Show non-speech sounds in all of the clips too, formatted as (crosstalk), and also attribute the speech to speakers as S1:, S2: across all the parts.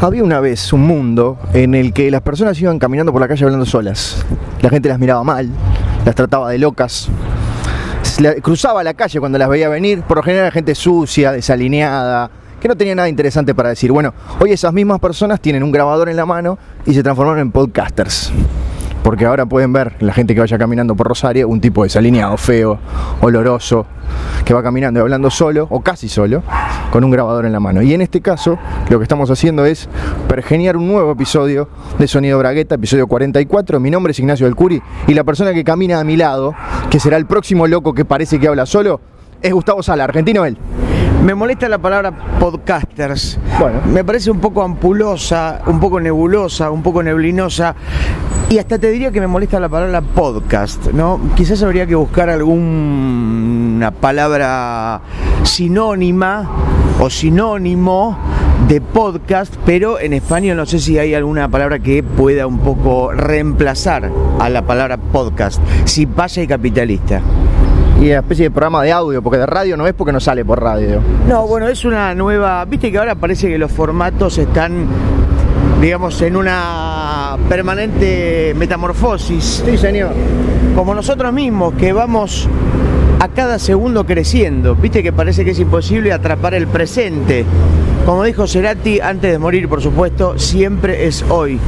S1: Había una vez un mundo en el que las personas iban caminando por la calle hablando solas. La gente las miraba mal, las trataba de locas. Se la- cruzaba la calle cuando las veía venir. Por lo general, era gente sucia, desalineada, que no tenía nada interesante para decir. Bueno, hoy esas mismas personas tienen un grabador en la mano y se transformaron en podcasters. Porque ahora pueden ver la gente que vaya caminando por Rosario, un tipo desalineado, feo, oloroso, que va caminando y hablando solo, o casi solo, con un grabador en la mano. Y en este caso, lo que estamos haciendo es pergeniar un nuevo episodio de Sonido Bragueta, episodio 44. Mi nombre es Ignacio del Curi y la persona que camina a mi lado, que será el próximo loco que parece que habla solo, es Gustavo Sala, argentino él.
S2: Me molesta la palabra podcasters.
S1: Bueno.
S2: Me parece un poco ampulosa, un poco nebulosa, un poco neblinosa. Y hasta te diría que me molesta la palabra podcast, ¿no? Quizás habría que buscar alguna palabra sinónima o sinónimo de podcast, pero en español no sé si hay alguna palabra que pueda un poco reemplazar a la palabra podcast. Si vaya y capitalista.
S1: Y una especie de programa de audio, porque de radio no es porque no sale por radio.
S2: No, bueno, es una nueva. Viste que ahora parece que los formatos están, digamos, en una permanente metamorfosis.
S1: Sí, señor.
S2: Como nosotros mismos, que vamos a cada segundo creciendo. Viste que parece que es imposible atrapar el presente. Como dijo Cerati antes de morir, por supuesto, siempre es hoy.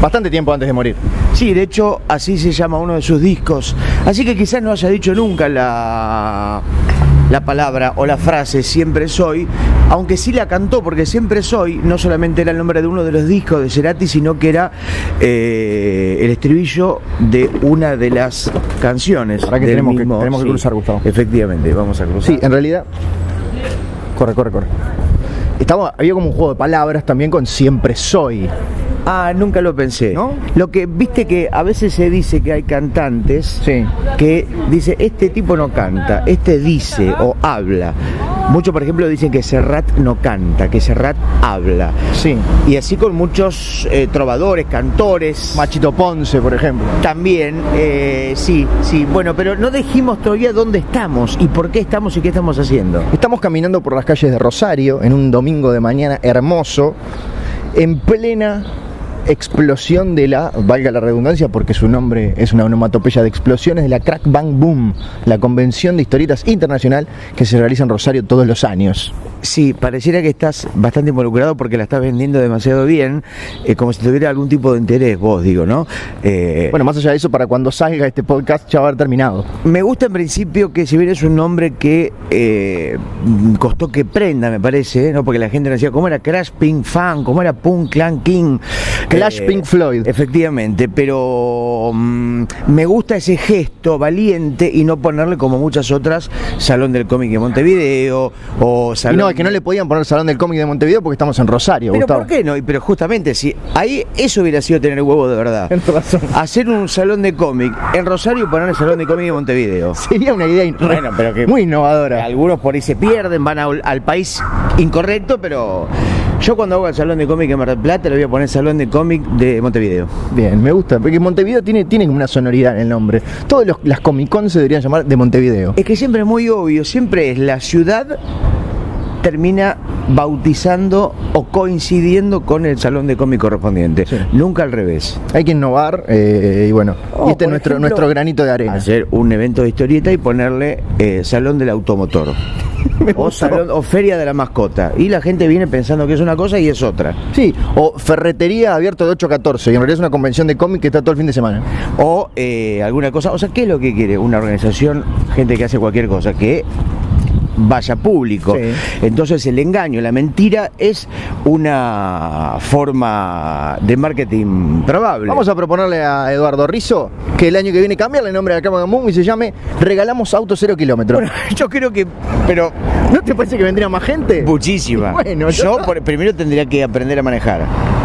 S1: Bastante tiempo antes de morir.
S2: Sí, de hecho, así se llama uno de sus discos. Así que quizás no haya dicho nunca la, la palabra o la frase Siempre soy, aunque sí la cantó, porque Siempre soy no solamente era el nombre de uno de los discos de Cerati, sino que era eh, el estribillo de una de las canciones.
S1: Pará que
S2: del
S1: tenemos que- tenemos que cruzar, Gustavo.
S2: Efectivamente, vamos a cruzar.
S1: Sí, en realidad. Corre, corre, corre. Estamos, había como un juego de palabras también con siempre soy.
S2: Ah, nunca lo pensé.
S1: ¿No?
S2: Lo que, viste que a veces se dice que hay cantantes
S1: Sí.
S2: que dice, este tipo no canta, este dice o habla. Muchos, por ejemplo, dicen que Serrat no canta, que Serrat habla.
S1: Sí.
S2: Y así con muchos eh, trovadores, cantores.
S1: Machito Ponce, por ejemplo.
S2: También, eh, sí, sí. Bueno, pero no dijimos todavía dónde estamos y por qué estamos y qué estamos haciendo.
S1: Estamos caminando por las calles de Rosario en un domingo de mañana hermoso, en plena explosión de la, valga la redundancia porque su nombre es una onomatopeya de explosiones, de la Crack Bang Boom, la convención de historietas internacional que se realiza en Rosario todos los años.
S2: Sí, pareciera que estás bastante involucrado porque la estás vendiendo demasiado bien, eh, como si tuviera algún tipo de interés vos, digo, ¿no? Eh,
S1: Bueno, más allá de eso, para cuando salga este podcast ya va a haber terminado.
S2: Me gusta en principio que si bien es un nombre que eh, costó que prenda, me parece, ¿eh? ¿no? Porque la gente nos decía, ¿cómo era Crash Pink Fan? ¿Cómo era Punk Clan King? Eh,
S1: Clash Pink Floyd.
S2: Efectivamente, pero mm, me gusta ese gesto valiente y no ponerle como muchas otras Salón del Cómic de Montevideo o
S1: Y
S2: Salón...
S1: no, es que no le podían poner Salón del Cómic de Montevideo porque estamos en Rosario,
S2: Pero
S1: Gustavo.
S2: ¿por qué no? Y Pero justamente, si ahí eso hubiera sido tener huevo
S1: (laughs)
S2: de verdad.
S1: Tenés razón.
S2: Hacer un salón de cómic en Rosario y poner el Salón de Cómic de Montevideo.
S1: Sería una idea in-
S2: Bueno, pero que-
S1: muy innovadora.
S2: Algunos por ahí se pierden, van al, al país incorrecto, pero yo cuando hago el salón de cómic en Mar del Plata le voy a poner salón de cómic de Montevideo.
S1: Bien, me gusta, porque Montevideo tiene, tiene como una sonoridad en el nombre. Todas los- las Comic Con se deberían llamar de Montevideo.
S2: Es que siempre es muy obvio, siempre es la ciudad termina bautizando o coincidiendo con el salón de cómic correspondiente.
S1: Sí.
S2: Nunca al revés.
S1: Hay que innovar eh, y bueno,
S2: Oh,
S1: y este es
S2: por
S1: nuestro,
S2: ejemplo,
S1: nuestro granito de arena.
S2: Hacer un evento de historieta y ponerle eh, salón del automotor. o, salón, o feria de la mascota. Y la gente viene pensando que es una cosa y es otra.
S1: Sí, o ferretería abierto de 8 a 14, y en realidad es una convención de cómic que está todo el fin de semana.
S2: o eh, alguna cosa. O sea, ¿qué es lo que quiere una organización, gente que hace cualquier cosa? Que vaya público.
S1: Sí.
S2: Entonces el engaño, la mentira es una forma de marketing probable.
S1: Vamos a proponerle a Eduardo Rizzo que el año que viene cambiarle el nombre a la Cámara Moon y se llame Regalamos Auto Cero Kilómetro.
S2: (laughs) Yo creo que, pero
S1: ¿No te parece que vendría más gente?
S2: muchísima.
S1: Bueno,
S2: yo
S1: yo-
S2: por- primero tendría que aprender a manejar.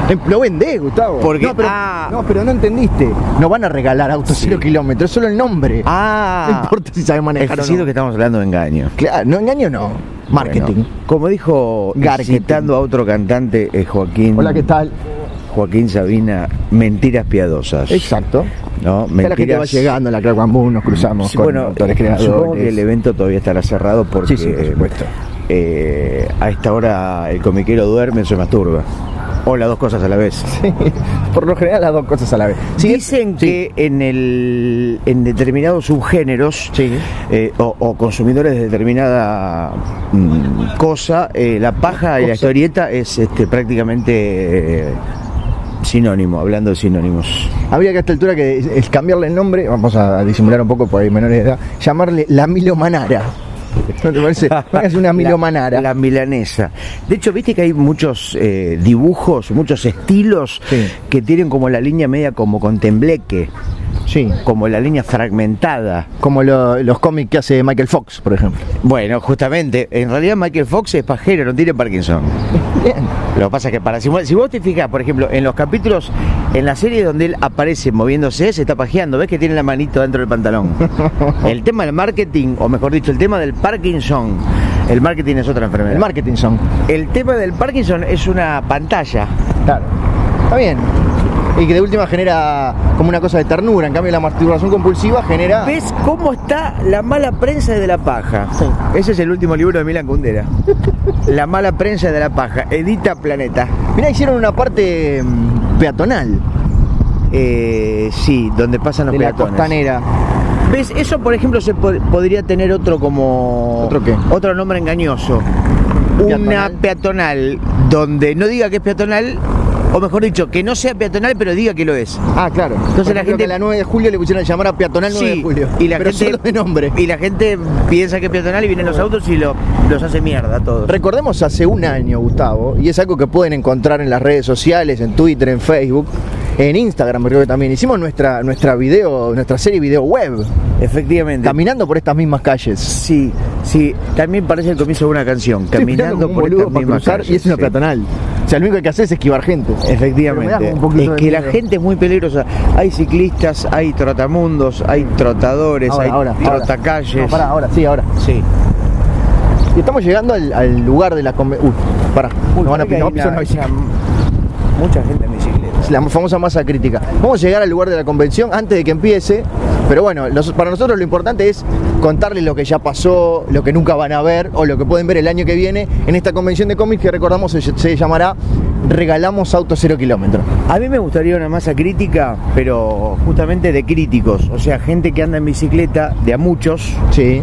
S1: Em- Lo vendés, Gustavo.
S2: Porque-
S1: no, pero,
S2: ah.
S1: no, pero no entendiste. No van a regalar autos
S2: Sí.
S1: cero kilómetros, es solo el nombre.
S2: Ah,
S1: No importa si sabes manejar
S2: Es
S1: o no.
S2: que estamos hablando de engaño.
S1: Claro, no engaño no. Marketing.
S2: Bueno, como dijo,
S1: Garketing.
S2: citando a otro cantante, eh, Joaquín.
S1: Hola, ¿qué tal?
S2: Joaquín Sabina, mentiras piadosas.
S1: Exacto.
S2: No,
S1: Ya la gente va llegando, la Crack Bambú, nos cruzamos
S2: Sí,
S1: con
S2: bueno, eh,
S1: autores
S2: supongo que el
S1: creadores.
S2: evento todavía estará cerrado porque
S1: Sí, sí, por supuesto.
S2: eh, a esta hora el comiquero duerme, se masturba. O las dos cosas a la vez.
S1: Sí, (laughs) por lo general las dos cosas a la vez. Sí,
S2: Dicen
S1: sí.
S2: que en, el, en determinados subgéneros
S1: Sí.
S2: eh, o, o consumidores de determinada mm, cosa, eh, la paja y la
S1: Cosa.
S2: historieta es este, prácticamente eh, sinónimo, hablando de sinónimos.
S1: Habría que a esta altura que es- es cambiarle el nombre, vamos a disimular un poco por ahí menores de edad, llamarle la Milomanara. (laughs) ¿No te
S2: (laughs)
S1: parece? Póngase una Milomanara.
S2: La, la milanesa. De hecho, viste que hay muchos eh, dibujos, muchos estilos
S1: Sí.
S2: que tienen como la línea media como con tembleque,
S1: Sí,
S2: como la línea fragmentada.
S1: como lo- los cómics que hace Michael Fox, por ejemplo.
S2: Bueno, justamente, en realidad Michael Fox es pajero, no tiene Parkinson.
S1: Bien.
S2: Lo que pasa es que para simular, si vos te fijas, por ejemplo, en los capítulos, en la serie donde él aparece moviéndose, se está pajeando, ves que tiene la manito dentro
S1: (laughs)
S2: del pantalón. El tema del marketing, o mejor dicho, el tema del Parkinson, el marketing es otra enfermedad.
S1: El marketing son.
S2: El tema del Parkinson es una pantalla.
S1: Claro. Está bien. Y que de última genera como una cosa de ternura. En cambio, la masturbación compulsiva genera.
S2: ¿Ves cómo está la mala prensa de la paja?
S1: Ah. Sí.
S2: Ese es el último libro de Milan Kundera. La mala prensa de la paja, edita Planeta.
S1: Mirá, hicieron una parte mm, peatonal
S2: Eh, sí, donde pasan los
S1: de la
S2: peatones.
S1: costanera.
S2: ¿Ves? Eso, por ejemplo, se po- podría tener otro como...
S1: ¿Otro qué?
S2: Otro nombre engañoso.
S1: ¿Peatonal?
S2: Una peatonal donde no diga que es peatonal, o mejor dicho, que no sea peatonal, pero diga que lo es.
S1: Ah, claro. Entonces la gente. La 9 de julio le pusieron a llamar a peatonal 9 de julio.
S2: y la
S1: pero
S2: gente
S1: solo de nombre.
S2: Y la gente piensa que es peatonal y vienen los autos y lo- los hace mierda a todos.
S1: Recordemos hace un año, Gustavo, y es algo que pueden encontrar en las redes sociales, en Twitter, en Facebook, en Instagram, creo que también. Hicimos nuestra, nuestra video, nuestra serie video web,
S2: Efectivamente.
S1: caminando por estas mismas calles.
S2: sí, sí. También parece el comienzo de una canción.
S1: Estoy mirando
S2: Caminando
S1: como un
S2: por
S1: boludo
S2: estas
S1: para
S2: mismas
S1: cruzar
S2: calles,
S1: y es una
S2: sí.
S1: peatonal. O sea, lo único que hay que hacer es esquivar gente. Pero me da
S2: Efectivamente.
S1: un poquito
S2: Es
S1: de
S2: que la
S1: miedo.
S2: gente es muy peligrosa. Hay ciclistas, hay trotamundos, hay trotadores, hay trotacalles.
S1: No, pará, ahora, sí, ahora.
S2: Sí.
S1: Y estamos llegando al, al lugar de la convención. Uy, pará, nos van a
S2: Pará que
S1: pisar
S2: hay una-
S1: una bicicleta.
S2: Mucha gente en bicicleta.
S1: la famosa masa crítica. Vamos a llegar al lugar de la convención antes de que empiece, pero bueno, los- para nosotros lo importante es contarles lo que ya pasó, lo que nunca van a ver o lo que pueden ver el año que viene en esta convención de cómics que recordamos se, se llamará Regalamos Auto Cero Kilómetro.
S2: A mí me gustaría una masa crítica, pero justamente de críticos. O sea, gente que anda en bicicleta, de a muchos,
S1: Sí,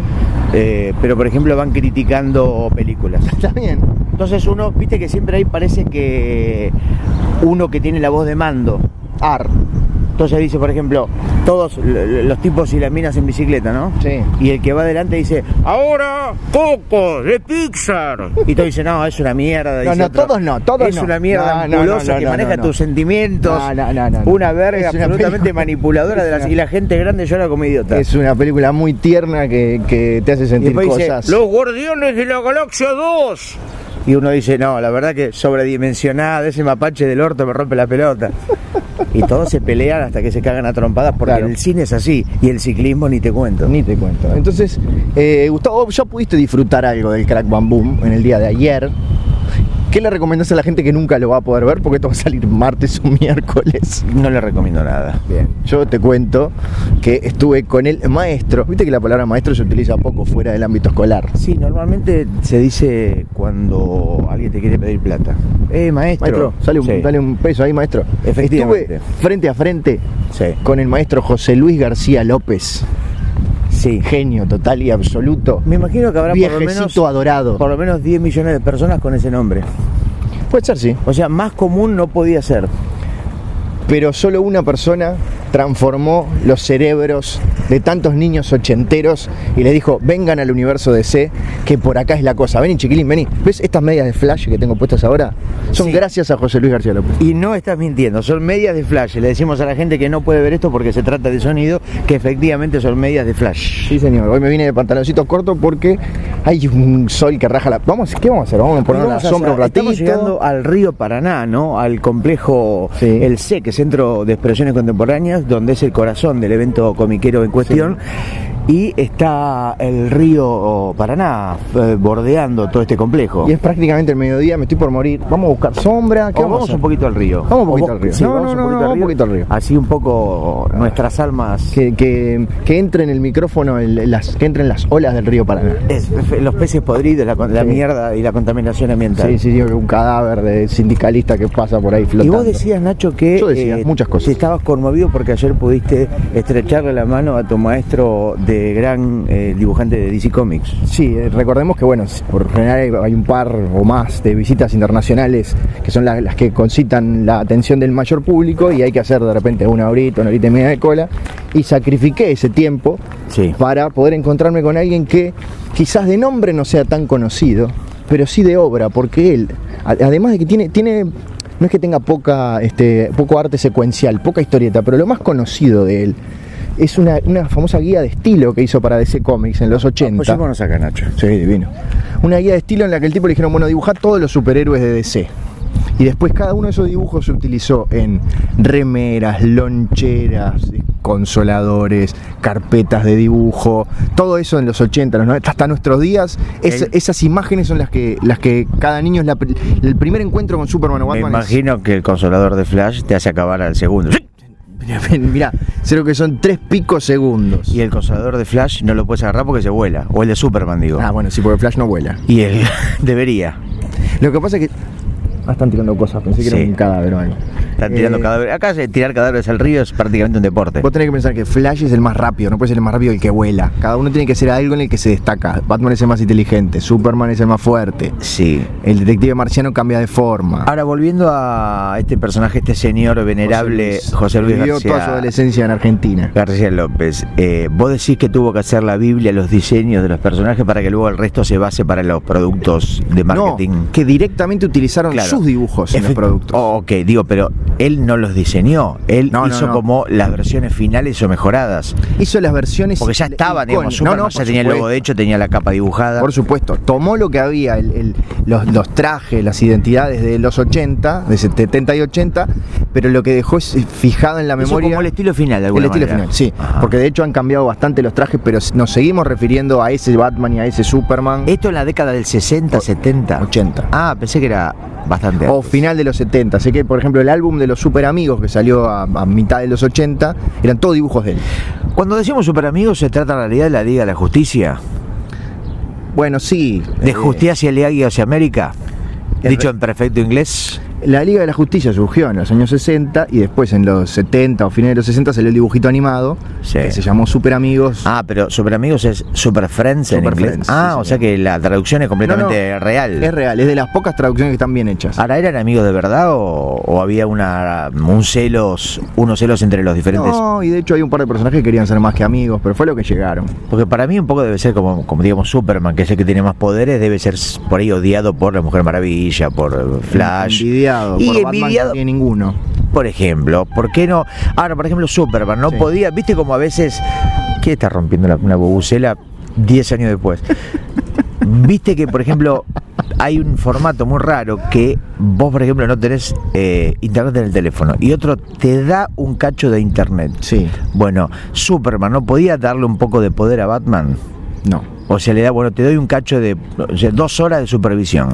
S2: eh, pero por ejemplo van criticando películas.
S1: está bien.
S2: Entonces uno, viste que siempre ahí parece que uno que tiene la voz de mando.
S1: Ar.
S2: Entonces dice, por ejemplo, todos l- l- los tipos y las minas en bicicleta, ¿no?
S1: Sí.
S2: Y el que va adelante dice, ahora Coco de Pixar. Y todos dicen, no, es una mierda.
S1: No,
S2: dice
S1: no,
S2: otro.
S1: todos no, todos
S2: Es
S1: no.
S2: una
S1: No,
S2: mierda
S1: no,
S2: ambulosa
S1: no, no,
S2: que
S1: no,
S2: maneja
S1: no.
S2: tus sentimientos.
S1: No, no, no, no, no.
S2: Una verga
S1: Es una
S2: absolutamente
S1: película.
S2: manipuladora de
S1: Es
S2: las.
S1: una-
S2: Y la gente grande llora como idiota.
S1: Es una película muy tierna que, que te hace
S2: Y
S1: sentir
S2: después dice,
S1: cosas.
S2: los Guardianes de la Galaxia 2. Y uno dice, no, la verdad que sobredimensionada, ese mapache del orto me rompe la pelota. Y todos se pelean hasta que se cagan a trompadas, porque
S1: Claro.
S2: el cine es así, y el ciclismo ni te cuento.
S1: Ni te cuento. Entonces, eh, Gustavo, vos ya pudiste disfrutar algo del Crack Bam Boom en el día de ayer. ¿Qué le recomendás a la gente que nunca lo va a poder ver? Porque esto va a salir martes o (laughs) miércoles.
S2: No le recomiendo nada.
S1: Bien. Yo te cuento que estuve con el maestro. Viste que la palabra maestro se utiliza poco fuera del ámbito escolar.
S2: Sí, normalmente se dice cuando alguien te quiere pedir plata. Eh, maestro.
S1: Maestro, sale un,
S2: Sí,
S1: dale un peso ahí, maestro.
S2: Efectivamente.
S1: Estuve frente a frente
S2: Sí,
S1: con el maestro José Luis García López.
S2: sí.
S1: Genio total y absoluto.
S2: Me imagino que habrá por lo,
S1: Viejecito
S2: menos,
S1: adorado.
S2: por lo menos 10 millones de personas con ese nombre.
S1: Puede ser, sí.
S2: O sea, más común no podía ser.
S1: pero solo una persona transformó los cerebros de tantos niños ochenteros y les dijo, vengan al universo DC, que por acá es la cosa. Vení, chiquilín, vení. ¿Ves estas medias de flash que tengo puestas ahora? Son
S2: Sí.
S1: gracias a José Luis García López.
S2: Y no estás mintiendo, son medias de flash. Le decimos a la gente que no puede ver esto porque se trata de sonido, que efectivamente son medias de flash.
S1: Sí, señor. Hoy me vine de pantaloncitos cortos porque hay un sol que raja la... Vamos, ¿Qué vamos a hacer? Vamos a poner la
S2: Vamos a-
S1: sombra un ratito.
S2: Estamos llegando al río Paraná, ¿no? Al complejo
S1: Sí.
S2: El SEC, Centro de Expresiones Contemporáneas, donde es el corazón del evento comiquero en cuestión. y está el río Paraná eh, bordeando todo este complejo.
S1: Y es prácticamente el mediodía, me estoy por morir. Vamos a buscar sombra. ¿Qué
S2: O
S1: vamos, a
S2: vamos
S1: hacer?
S2: un poquito al río.
S1: Vamos un
S2: O
S1: poquito
S2: vo-
S1: al río.
S2: sí,
S1: No,
S2: vamos
S1: no, no,
S2: un
S1: vamos
S2: poquito,
S1: un poquito al río.
S2: Así un poco nuestras almas.
S1: Que, que- que entre en el micrófono, el- las, que entren las olas del río Paraná.
S2: Es- los peces podridos, la, con- la
S1: Sí.
S2: mierda y la contaminación ambiental.
S1: Sí, sí, sí, un cadáver de sindicalista que pasa por ahí
S2: Y
S1: flotando.
S2: vos decías, Nacho, que
S1: Yo decía muchas cosas.
S2: te estabas conmovido porque ayer pudiste estrecharle la mano a tu maestro de gran eh, dibujante de DC Comics.
S1: Sí, eh, recordemos que, bueno, por general hay- hay un par o más de visitas internacionales que son las, las que concitan la atención del mayor público y hay que hacer de repente una horita, una horita y media de cola. Y sacrifiqué ese tiempo
S2: Sí.
S1: para poder encontrarme con alguien que quizás de nombre no sea tan conocido, pero sí de obra, porque él, a- además de que tiene, tiene no es que tenga poca, este, poco arte secuencial, poca historieta, pero lo más conocido de él es una, una famosa guía de estilo que hizo para DC Comics en los 80.
S2: Pues nos acá, Nacho.
S1: Sí, divino. Una guía de estilo en la que el tipo le dijeron, bueno, dibujar todos los superhéroes de DC. Y después cada uno de esos dibujos se utilizó en remeras, loncheras, consoladores, carpetas de dibujo, todo eso en los 80, los 90, hasta nuestros días. es-
S2: El-
S1: esas imágenes son las que, las que cada niño es la pri- el primer encuentro con Superman o
S2: Me
S1: Batman. es-
S2: imagino que el consolador de Flash te hace acabar al segundo.
S1: (laughs) Mirá, creo que son tres picos segundos.
S2: Y el consolador de Flash no lo puedes agarrar porque se vuela. O el de Superman, digo.
S1: Ah, bueno, sí, porque Flash no vuela.
S2: Y el (laughs) debería.
S1: Lo que pasa es que... Ah, están tirando cosas, pensé que
S2: Sí.
S1: era un cadáver o algo.
S2: Están tirando
S1: Eh,
S2: cadáveres. Acá se- tirar cadáveres al río es prácticamente un deporte.
S1: Vos tenés que pensar que Flash es el más rápido, no puede ser el más rápido el que vuela. Cada uno tiene que ser algo en el que se destaca. Batman es el más inteligente, Superman es el más fuerte.
S2: Sí.
S1: El detective marciano cambia de forma.
S2: Ahora, volviendo a este personaje, este señor venerable José Luis,
S1: Vivió toda su
S2: García,
S1: adolescencia en Argentina.
S2: García López. eh, vos decís que tuvo que hacer la Biblia, los diseños de los personajes para que luego el resto se base para los productos de marketing.
S1: No, que directamente utilizaron
S2: Claro.
S1: sus dibujos en los
S2: Efect-
S1: productos.
S2: Oh, ok, digo, pero él no los diseñó. Él
S1: No, no,
S2: hizo
S1: no.
S2: como las versiones finales o mejoradas.
S1: Hizo las versiones.
S2: Porque ya
S1: icónicas.
S2: estaba, digamos, Superman ya
S1: por
S2: tenía el logo
S1: supuesto.
S2: de hecho, tenía la capa dibujada.
S1: Por supuesto, tomó lo que había, el- el- los, los trajes, las identidades de los 80, de 70 y 80, pero lo que dejó es fijado en la
S2: Hizo
S1: memoria.
S2: como el estilo final, de alguna
S1: El estilo
S2: manera.
S1: final, sí.
S2: Ajá.
S1: Porque de hecho han cambiado bastante los trajes, pero nos seguimos refiriendo a ese Batman y a ese Superman.
S2: Esto en la década del 60, 70.
S1: 80.
S2: Ah, pensé que era bastante
S1: O
S2: antes.
S1: final de los 70. Sé que, por ejemplo, el álbum de los Super Amigos que salió a, a mitad de los 80 eran todos dibujos de él.
S2: Cuando decimos super amigos, se trata en realidad de la Liga de la Justicia.
S1: Bueno, sí.
S2: De
S1: eh,
S2: Justicia hacia el y hacia América.
S1: el
S2: Dicho
S1: re-
S2: en perfecto inglés.
S1: La Liga de la Justicia surgió en los años 60 y después en los 70 o finales de los 60 salió el dibujito animado
S2: Sí.
S1: que se llamó Super Amigos.
S2: Ah, pero super amigos es super friends en
S1: Super
S2: inglés.
S1: friends,
S2: ah,
S1: sí,
S2: o sea que la traducción es completamente
S1: No, no,
S2: real.
S1: Es real, es de las pocas traducciones que están bien hechas.
S2: Ahora, ¿eran amigos de verdad o, o había una, un celos, unos celos entre los diferentes?
S1: No, y de hecho hay un par de personajes que querían ser más que amigos, pero fue lo que llegaron.
S2: Porque para mí un poco debe ser como, como digamos Superman, que es el que tiene más poderes, debe ser por ahí odiado por la Mujer Maravilla, por eh, Flash.
S1: Envidiado.
S2: Y
S1: por Batman
S2: envidiado-
S1: no tiene ninguno.
S2: Por ejemplo, ¿por qué no? Ahora, por ejemplo, Superman no
S1: Sí.
S2: podía, viste como a veces. ¿Qué está rompiendo la, una bubucela 10
S1: (laughs)
S2: años después? Viste que, por ejemplo, hay un formato muy raro que vos, por ejemplo, no tenés eh, internet en el teléfono y otro te da un cacho de internet.
S1: Sí,
S2: Bueno, Superman no podía darle un poco de poder a Batman.
S1: no.
S2: O sea, le da, bueno, te doy un cacho de o sea, dos horas de supervisión.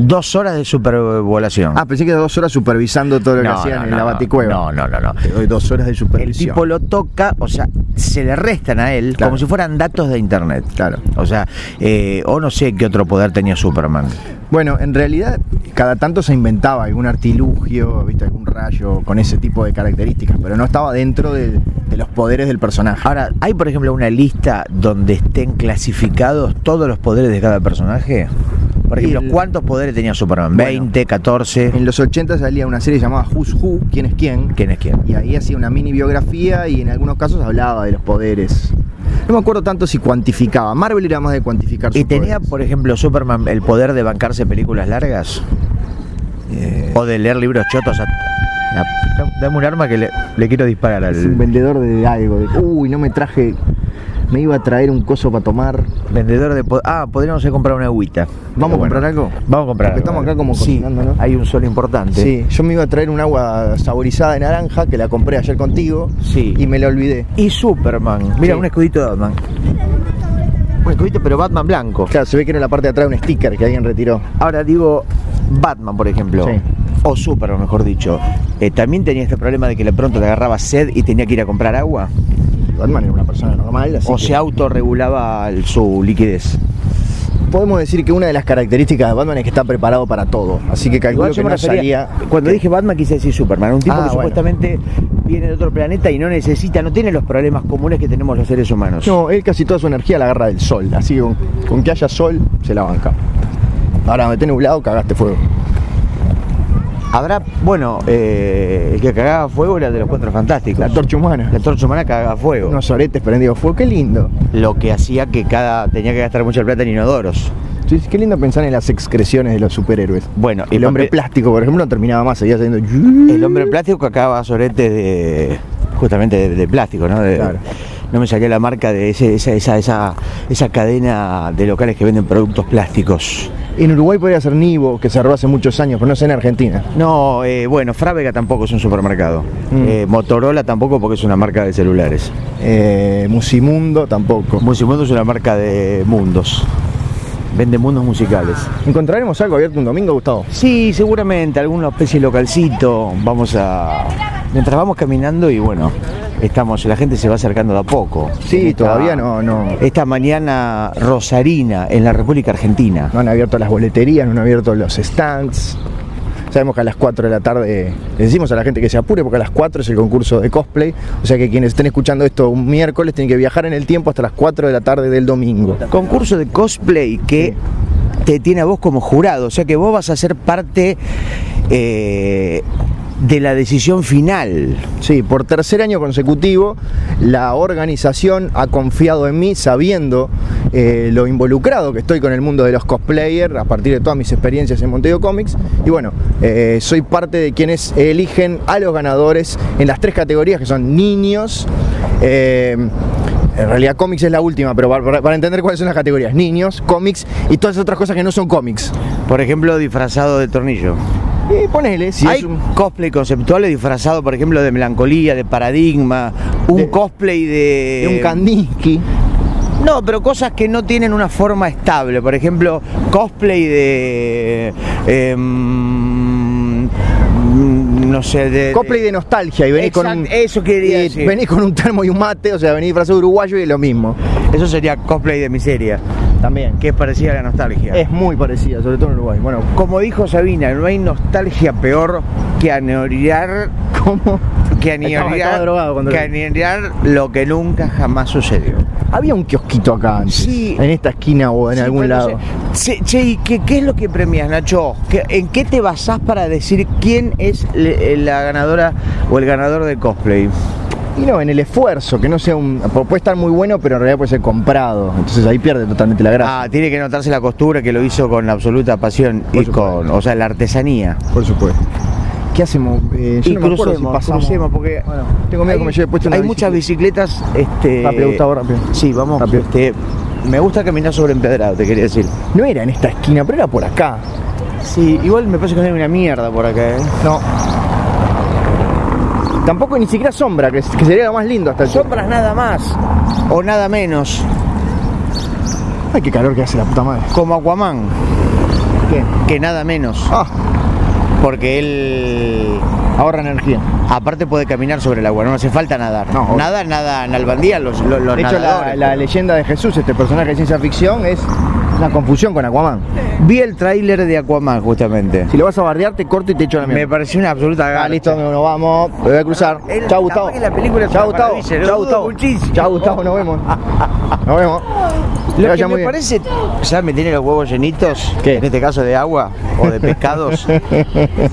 S2: Dos horas de supervolación.
S1: Ah, pensé que era dos horas supervisando todo lo que
S2: No,
S1: hacían
S2: no,
S1: en
S2: no,
S1: la
S2: no.
S1: baticueva.
S2: No, no, no, no.
S1: Te doy dos horas de
S2: El
S1: supervisión.
S2: tipo lo toca, o sea, se le restan a él
S1: Claro.
S2: como si fueran datos de internet.
S1: Claro.
S2: O sea, eh, o no sé qué otro poder tenía Superman.
S1: Bueno, en realidad, cada tanto se inventaba algún artilugio, ¿viste? algún rayo con ese tipo de características, pero no estaba dentro de, de los poderes del personaje.
S2: Ahora, ¿hay por ejemplo una lista donde estén clasificados todos los poderes de cada personaje? Por
S1: Y
S2: ejemplo,
S1: el-
S2: ¿cuántos poderes tenía Superman?
S1: Bueno.
S2: ¿20, 14?
S1: En los 80 salía una serie llamada Who's Who, ¿Quién es quién?
S2: ¿Quién es quién?
S1: Y ahí hacía una mini biografía y en algunos casos hablaba de los poderes. No me acuerdo tanto si cuantificaba. Marvel era más de cuantificar sus
S2: ¿Y tenía,
S1: poderes.
S2: por ejemplo, Superman el poder de bancarse películas largas?
S1: Eh,
S2: ¿O de leer libros chotos? a- a- Dame un arma que le, le quiero disparar
S1: Es un
S2: al...
S1: vendedor de algo. de, Uy, no me traje Me iba a traer un coso para tomar.
S2: Vendedor de... po- Ah, podríamos ir a comprar una agüita.
S1: ¿Vamos a
S2: Pero bueno,
S1: comprar algo?
S2: Vamos a comprar
S1: Porque
S2: algo,
S1: estamos
S2: dale.
S1: acá como
S2: Sí,
S1: cocinando, ¿no?
S2: hay un sol importante.
S1: Sí, yo me iba a traer un agua saborizada de naranja que la compré ayer contigo
S2: Sí.
S1: y me la olvidé.
S2: Y Superman. Mira,
S1: Sí.
S2: un escudito de Batman. Un escudito, pero Batman blanco.
S1: Claro, se ve que era en la parte de atrás un sticker que alguien retiró.
S2: Ahora digo, Batman, por ejemplo,
S1: Sí.
S2: o Superman, mejor dicho, eh, ¿también tenía este problema de que de pronto le agarraba sed y tenía que ir a comprar agua?
S1: Batman era una persona normal, así
S2: ¿O
S1: que
S2: se autorregulaba el- su liquidez?
S1: podemos decir que una de las características de Batman es que está preparado para todo. Así que calculo
S2: Igual yo
S1: que
S2: me
S1: no
S2: refería-
S1: salía.
S2: Cuando dije Batman quise decir Superman, un tipo
S1: Ah,
S2: que
S1: bueno.
S2: supuestamente viene de otro planeta y no necesita, no tiene los problemas comunes que tenemos los seres humanos.
S1: No, él casi toda su energía la agarra del sol. Así que con, con que haya sol, se la banca. Ahora, meté nublado, cagaste fuego.
S2: Habrá, bueno, eh, el que cagaba fuego era de los cuatro fantásticos.
S1: La antorcha humana.
S2: La antorcha humana cagaba fuego.
S1: Unos oretes prendidos fuego. Qué lindo.
S2: Lo que hacía que cada tenía que gastar mucha plata en inodoros.
S1: Sí, Qué lindo pensar en las excreciones de los superhéroes.
S2: Bueno, y
S1: El hombre
S2: papel-
S1: plástico, por ejemplo, no terminaba más, seguía saliendo.
S2: El hombre plástico acaba sorete de. justamente de, de plástico, ¿no? De-
S1: Claro.
S2: No me salía la marca de ese- esa, esa, esa, esa cadena de locales que venden productos plásticos.
S1: En Uruguay podría ser Nivo, que cerró hace muchos años, pero no sé en Argentina.
S2: No, eh, bueno, Frávega tampoco es un supermercado.
S1: Mm.
S2: Eh, Motorola tampoco porque es una marca de celulares.
S1: Eh, Musimundo tampoco.
S2: Musimundo es una marca de mundos. Vende mundos musicales.
S1: ¿Encontraremos algo abierto un domingo, Gustavo?
S2: Sí, seguramente, alguna especie de localcito. Vamos a. Mientras vamos caminando y bueno, estamos, la gente se va acercando de a poco. En
S1: Sí,
S2: esta-
S1: todavía no, no.
S2: Esta mañana rosarina en la República Argentina.
S1: No han abierto las boleterías, no han abierto los stands. Sabemos que a las 4 de la tarde le decimos a la gente que se apure porque a las 4 es el concurso de cosplay. O sea que quienes estén escuchando esto un miércoles tienen que viajar en el tiempo hasta las 4 de la tarde del domingo.
S2: Concurso de cosplay que te tiene a vos como jurado, o sea que vos vas a ser parte eh, de la decisión final.
S1: Sí, por tercer año consecutivo la organización ha confiado en mí sabiendo eh, lo involucrado que estoy con el mundo de los cosplayers a partir de todas mis experiencias en Montevideo Comics. Y bueno, eh, soy parte de quienes eligen a los ganadores en las tres categorías que son niños. eh, en realidad cómics es la última, pero para- para, para entender cuáles son las categorías, niños, cómics y todas esas otras cosas que no son cómics.
S2: Por ejemplo, disfrazado de tornillo.
S1: Y Eh, ponele, si
S2: Hay
S1: es un-
S2: cosplay conceptuales disfrazado, por ejemplo, de melancolía, de paradigma, un
S1: De-
S2: cosplay de...
S1: de un Kandinsky.
S2: No, pero cosas que no tienen una forma estable. Por ejemplo, cosplay de. em, mm, no sé, de.
S1: Cosplay de nostalgia y venís con un,
S2: Exacto, eso quería
S1: y
S2: decir.
S1: venís con un termo y un mate, o sea, venís disfrazado de uruguayo y es lo mismo.
S2: Eso sería cosplay de miseria,
S1: También.
S2: que es parecida a la nostalgia.
S1: Es muy parecida, sobre todo en Uruguay. Bueno,
S2: Como dijo Sabina, no hay nostalgia peor que anorear.
S1: ¿cómo?
S2: Que
S1: Estaba-
S2: anorear,
S1: estaba drogado cuando
S2: que
S1: lo-
S2: anorear lo que nunca jamás sucedió.
S1: Había un kiosquito acá antes,
S2: Sí.
S1: en esta esquina o en
S2: Sí,
S1: algún
S2: pero no
S1: lado.
S2: sé. Che, che, ¿y qué, qué es lo que premias, Nacho? ¿Qué- ¿En qué te basás para decir quién es le- eh, la ganadora o el ganador de cosplay?
S1: Y no, en el esfuerzo, que no sea un... Puede estar muy bueno, pero en realidad puede ser comprado. Entonces ahí pierde totalmente la gracia.
S2: Ah, tiene que notarse la costura que lo hizo con absoluta pasión
S1: Por
S2: y
S1: supuesto.
S2: con, o sea, la artesanía.
S1: por supuesto. ¿Qué hacemos? Eh, yo
S2: Ah, y
S1: no me acuerdo si
S2: crucemos,
S1: pasamos-
S2: crucemos, porque
S1: Bueno, tengo miedo
S2: hay,
S1: que me lleve puesto una
S2: hay muchas bicicletas. Este,
S1: Rápido, Ah, Gustavo, rápido.
S2: Sí, vamos.
S1: Rápido.
S2: Este, me gusta caminar sobre empedrado, te quería decir.
S1: No era en esta esquina, pero era por acá.
S2: Sí, igual me parece que hay una mierda por acá, ¿eh?
S1: No. Tampoco ni siquiera sombra, que, que sería lo más lindo hasta el
S2: Sombras nada más o nada menos,
S1: Ay, qué calor que hace la puta madre.
S2: como Aquaman.
S1: ¿Qué?
S2: que nada menos,
S1: Ah,
S2: porque él
S1: ahorra energía.
S2: aparte puede caminar sobre el agua, no hace falta nadar.
S1: No, obvio.
S2: nada, nada, nalbandía, los, los, los
S1: De hecho, la,
S2: nadadores.
S1: la leyenda de Jesús, este personaje de ciencia ficción, es una confusión con Aquaman.
S2: Vi el tráiler de Aquaman justamente.
S1: Si lo vas a bardear, te corto y te echo la
S2: Me
S1: mierda.
S2: pareció una absoluta garcha.
S1: Ah, listo, nos vamos. Me voy a cruzar.
S2: El-
S1: Chao, Gustavo.
S2: capaz que la película es
S1: Chao,
S2: una
S1: Gustavo.
S2: maravilla, lo
S1: Chao,
S2: dudo
S1: Gustavo.
S2: muchísimo.
S1: Chao, Gustavo, nos
S2: (laughs)
S1: vemos. Nos vemos. Que
S2: Lo que
S1: vaya
S2: me
S1: muy bien.
S2: parece, ya me tiene los huevos llenitos,
S1: ¿Qué?
S2: en este caso de agua o (laughs) de pescados,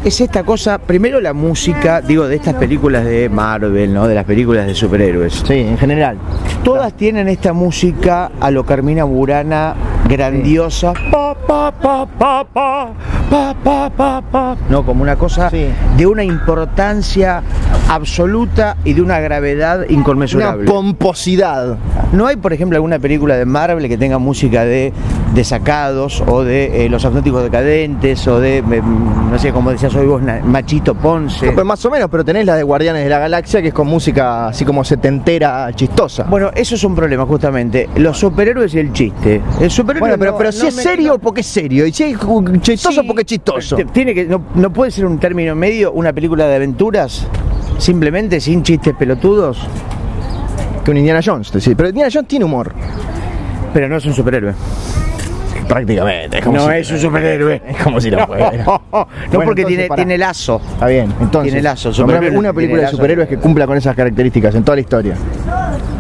S2: es esta cosa, primero la música, digo, de estas películas de Marvel, ¿no? De las películas de superhéroes.
S1: Sí, en general.
S2: Ah. Todas tienen esta música a lo Carmina Burana grandiosa. Pa, pa, pa, pa, pa, pa, pa, pa, pa. No, como una cosa
S1: Sí.
S2: de una importancia absoluta y de una gravedad
S1: Una
S2: inconmensurable.
S1: pomposidad.
S2: ¿No hay, por ejemplo, alguna película de Marvel que tenga música de, de Sacados o de eh, Los Auténticos Decadentes o de, mm, no sé, como decías hoy vos, na- Machito Ponce?
S1: Pero Pues más o menos, pero tenés la de Guardianes de la Galaxia, que es con música así como setentera, chistosa. Bueno,
S2: Bueno, eso es un problema, justamente. Los superhéroes y el chiste. El superhéroe
S1: pero,
S2: no-
S1: pero
S2: no
S1: si es
S2: me-
S1: serio, porque es serio. Y si es ju- chistoso,
S2: Sí,
S1: porque es chistoso.
S2: t- Tiene que, no, no puede ser un término medio una película de aventuras, simplemente sin chistes pelotudos,
S1: Que un Indiana Jones, te decís. Pero Indiana Jones tiene humor.
S2: pero no es un superhéroe.
S1: Prácticamente.
S2: No es un superhéroe.
S1: Es (laughs) como si lo (laughs) fuera.
S2: (laughs) No, porque
S1: entonces,
S2: tiene,
S1: pará.
S2: tiene lazo.
S1: Está bien, entonces.
S2: Tiene lazo,
S1: nombrame
S2: superhéroe,
S1: una película
S2: tiene
S1: de
S2: lazo.
S1: superhéroes que cumpla con esas características en toda la historia.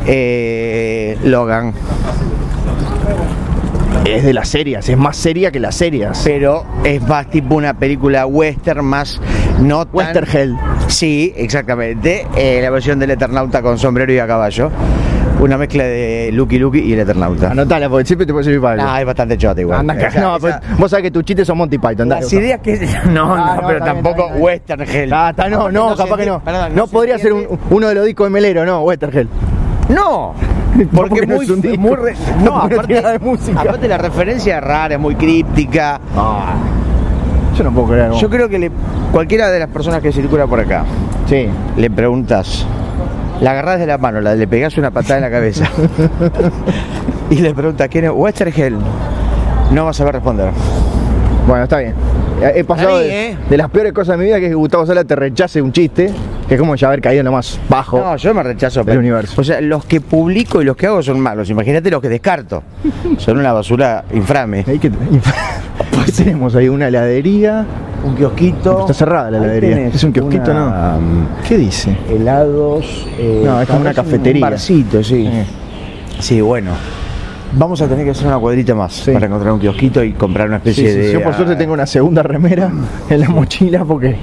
S2: Eh, Logan.
S1: Es de las series, es más seria que las series.
S2: Pero es más tipo una película western, más no tan-
S1: Western Hell.
S2: Sí, exactamente. Eh, la versión del Eternauta con sombrero y a caballo. Una mezcla de Lucky Lucky y el Eternauta.
S1: Anotala, porque siempre te puede servir para algo.
S2: Ah, es bastante chota igual.
S1: Ah, Anda,
S2: Esa-
S1: no,
S2: esa-
S1: pues, vos sabés que tus chistes son Monty Python. dale,
S2: Las
S1: Gustavo.
S2: ideas que. No,
S1: Ah, (laughs) no,
S2: no, pero
S1: está bien,
S2: también, tampoco
S1: está bien.
S2: Western Hell.
S1: Ah, está, no, no, capaz que no. no podría ser un- uno de los discos de Melero, no, Westergel.
S2: No, porque
S1: Porque no
S2: muy,
S1: es un disco. (laughs)
S2: muy re-
S1: No,
S2: No,
S1: porque no tiene
S2: aparte,
S1: nada de música.
S2: aparte la referencia es rara, es muy críptica.
S1: Ah. Yo no puedo creer.
S2: Yo creo que le- cualquiera de las personas que circula por acá
S1: Sí.
S2: le preguntas, la agarrás de la mano, la, le pegás una patada en la
S1: (laughs)
S2: cabeza y le preguntas quién es Western Hell, no vas a saber responder.
S1: Bueno, está bien. Eh, He pasado
S2: mí,
S1: de,
S2: ¿eh?
S1: de las peores cosas de mi vida que es que Gustavo Sala te rechace un chiste, que es como ya haber caído en lo más bajo.
S2: No, yo me rechazo.
S1: Del universo.
S2: O sea, los que publico y los que hago son malos. Imagínate los
S1: (laughs)
S2: que descarto. Son una basura inframe.
S1: Ahí que- (laughs) ¿Qué tenemos ahí una heladería.
S2: Un kiosquito.
S1: Está cerrada la
S2: Ahí
S1: heladería.
S2: tenés
S1: ¿Es un kiosquito
S2: una, um,
S1: no? ¿Qué dice?
S2: Helados. eh,
S1: No, es como una
S2: parece un
S1: cafetería.
S2: barcito, sí.
S1: Eh.
S2: Sí, bueno. Vamos a tener que hacer una cuadrita más
S1: Sí.
S2: para encontrar un kiosquito y comprar una
S1: Sí,
S2: especie
S1: sí,
S2: de.
S1: yo por
S2: ah,
S1: suerte tengo una segunda remera en la mochila porque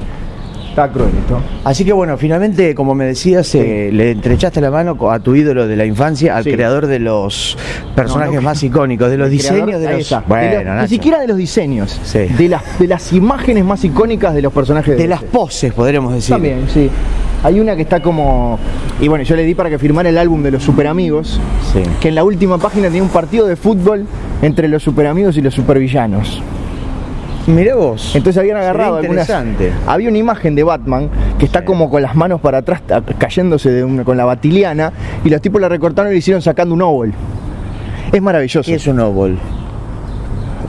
S1: está cruel esto.
S2: Así que bueno, finalmente, como me decías, eh, le entrechaste la mano co- a tu ídolo de la infancia, al
S1: Sí.
S2: creador de los personajes
S1: No, no,
S2: más icónicos, de los
S1: El
S2: diseños
S1: creador-
S2: de
S1: ahí
S2: los.
S1: está.
S2: Bueno,
S1: De los- ni
S2: Nacho.
S1: siquiera de los diseños,
S2: Sí.
S1: de, las, de las imágenes más icónicas de los personajes
S2: De las
S1: DC.
S2: poses, podríamos decir.
S1: También, sí. Hay una que está como. Y bueno, yo le di para que firmara el álbum de los superamigos.
S2: Sí.
S1: Que en la última página tenía un partido de fútbol entre los superamigos y los supervillanos.
S2: Mirá vos.
S1: Entonces habían
S2: Sería
S1: agarrado algunas-
S2: interesante.
S1: Había una imagen de Batman que está
S2: Sí.
S1: como con las manos para atrás, ta- cayéndose de una- con la batiliana. Y los tipos la recortaron y le hicieron sacando un oval. Es maravilloso.
S2: ¿Qué es un óvol?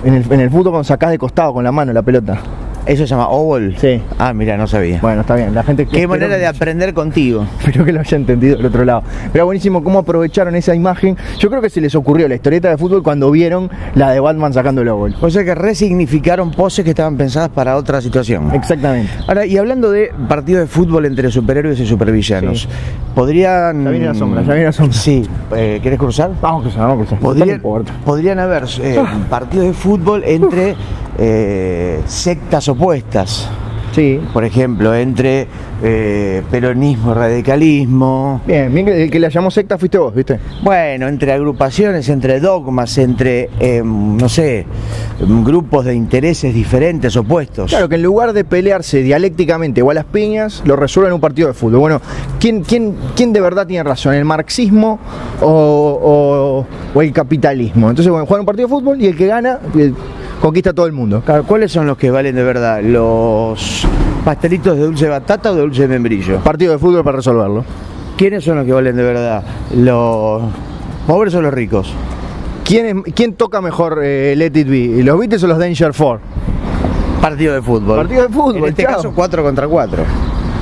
S1: En, el, en el fútbol cuando sacás de costado con la mano la pelota.
S2: ¿Eso se llama óvol?
S1: Sí.
S2: Ah, mira, no sabía.
S1: Bueno, está bien. La gente que
S2: Qué
S1: espero-
S2: manera de aprender contigo.
S1: Espero que lo haya entendido del otro lado. Pero buenísimo cómo aprovecharon esa imagen. Yo creo que se les ocurrió la historieta de fútbol cuando vieron la de Batman sacando el óvol.
S2: O sea que resignificaron poses que estaban pensadas para otra situación.
S1: Exactamente.
S2: Ahora, y hablando de partidos de fútbol entre superhéroes y supervillanos,
S1: Sí.
S2: podrían.
S1: Ya viene la sombra, ya viene la sombra.
S2: Sí. Eh, ¿Querés cruzar?
S1: Vamos a cruzar, vamos a cruzar.
S2: Podrían-
S1: No importa. Ah.
S2: podrían haber eh, partidos de fútbol entre eh, sectas opuestas.
S1: Sí.
S2: Por ejemplo, entre eh, peronismo y radicalismo.
S1: Bien, bien que el que la llamó secta fuiste vos, ¿viste?
S2: Bueno, entre agrupaciones, entre dogmas, entre, eh, no sé, grupos de intereses diferentes, opuestos.
S1: Claro, que en lugar de pelearse dialécticamente o a las piñas, lo resuelven en un partido de fútbol. Bueno, ¿quién, quién, quién de verdad tiene razón? ¿El marxismo o, o- o el capitalismo? Entonces, bueno, juegan un partido de fútbol y el que gana eh, conquista a todo el mundo.
S2: Claro, ¿Cuáles son los que valen de verdad? ¿Los pastelitos de dulce de batata o de dulce de membrillo?
S1: Partido de fútbol para resolverlo.
S2: ¿Quiénes son los que valen de verdad? ¿Los pobres o los ricos?
S1: ¿Quién, es- quién toca mejor eh, Let It Be? ¿Los Beatles o los Danger Four?
S2: Partido de fútbol.
S1: Partido de fútbol,
S2: En este
S1: chao.
S2: caso, 4 contra 4.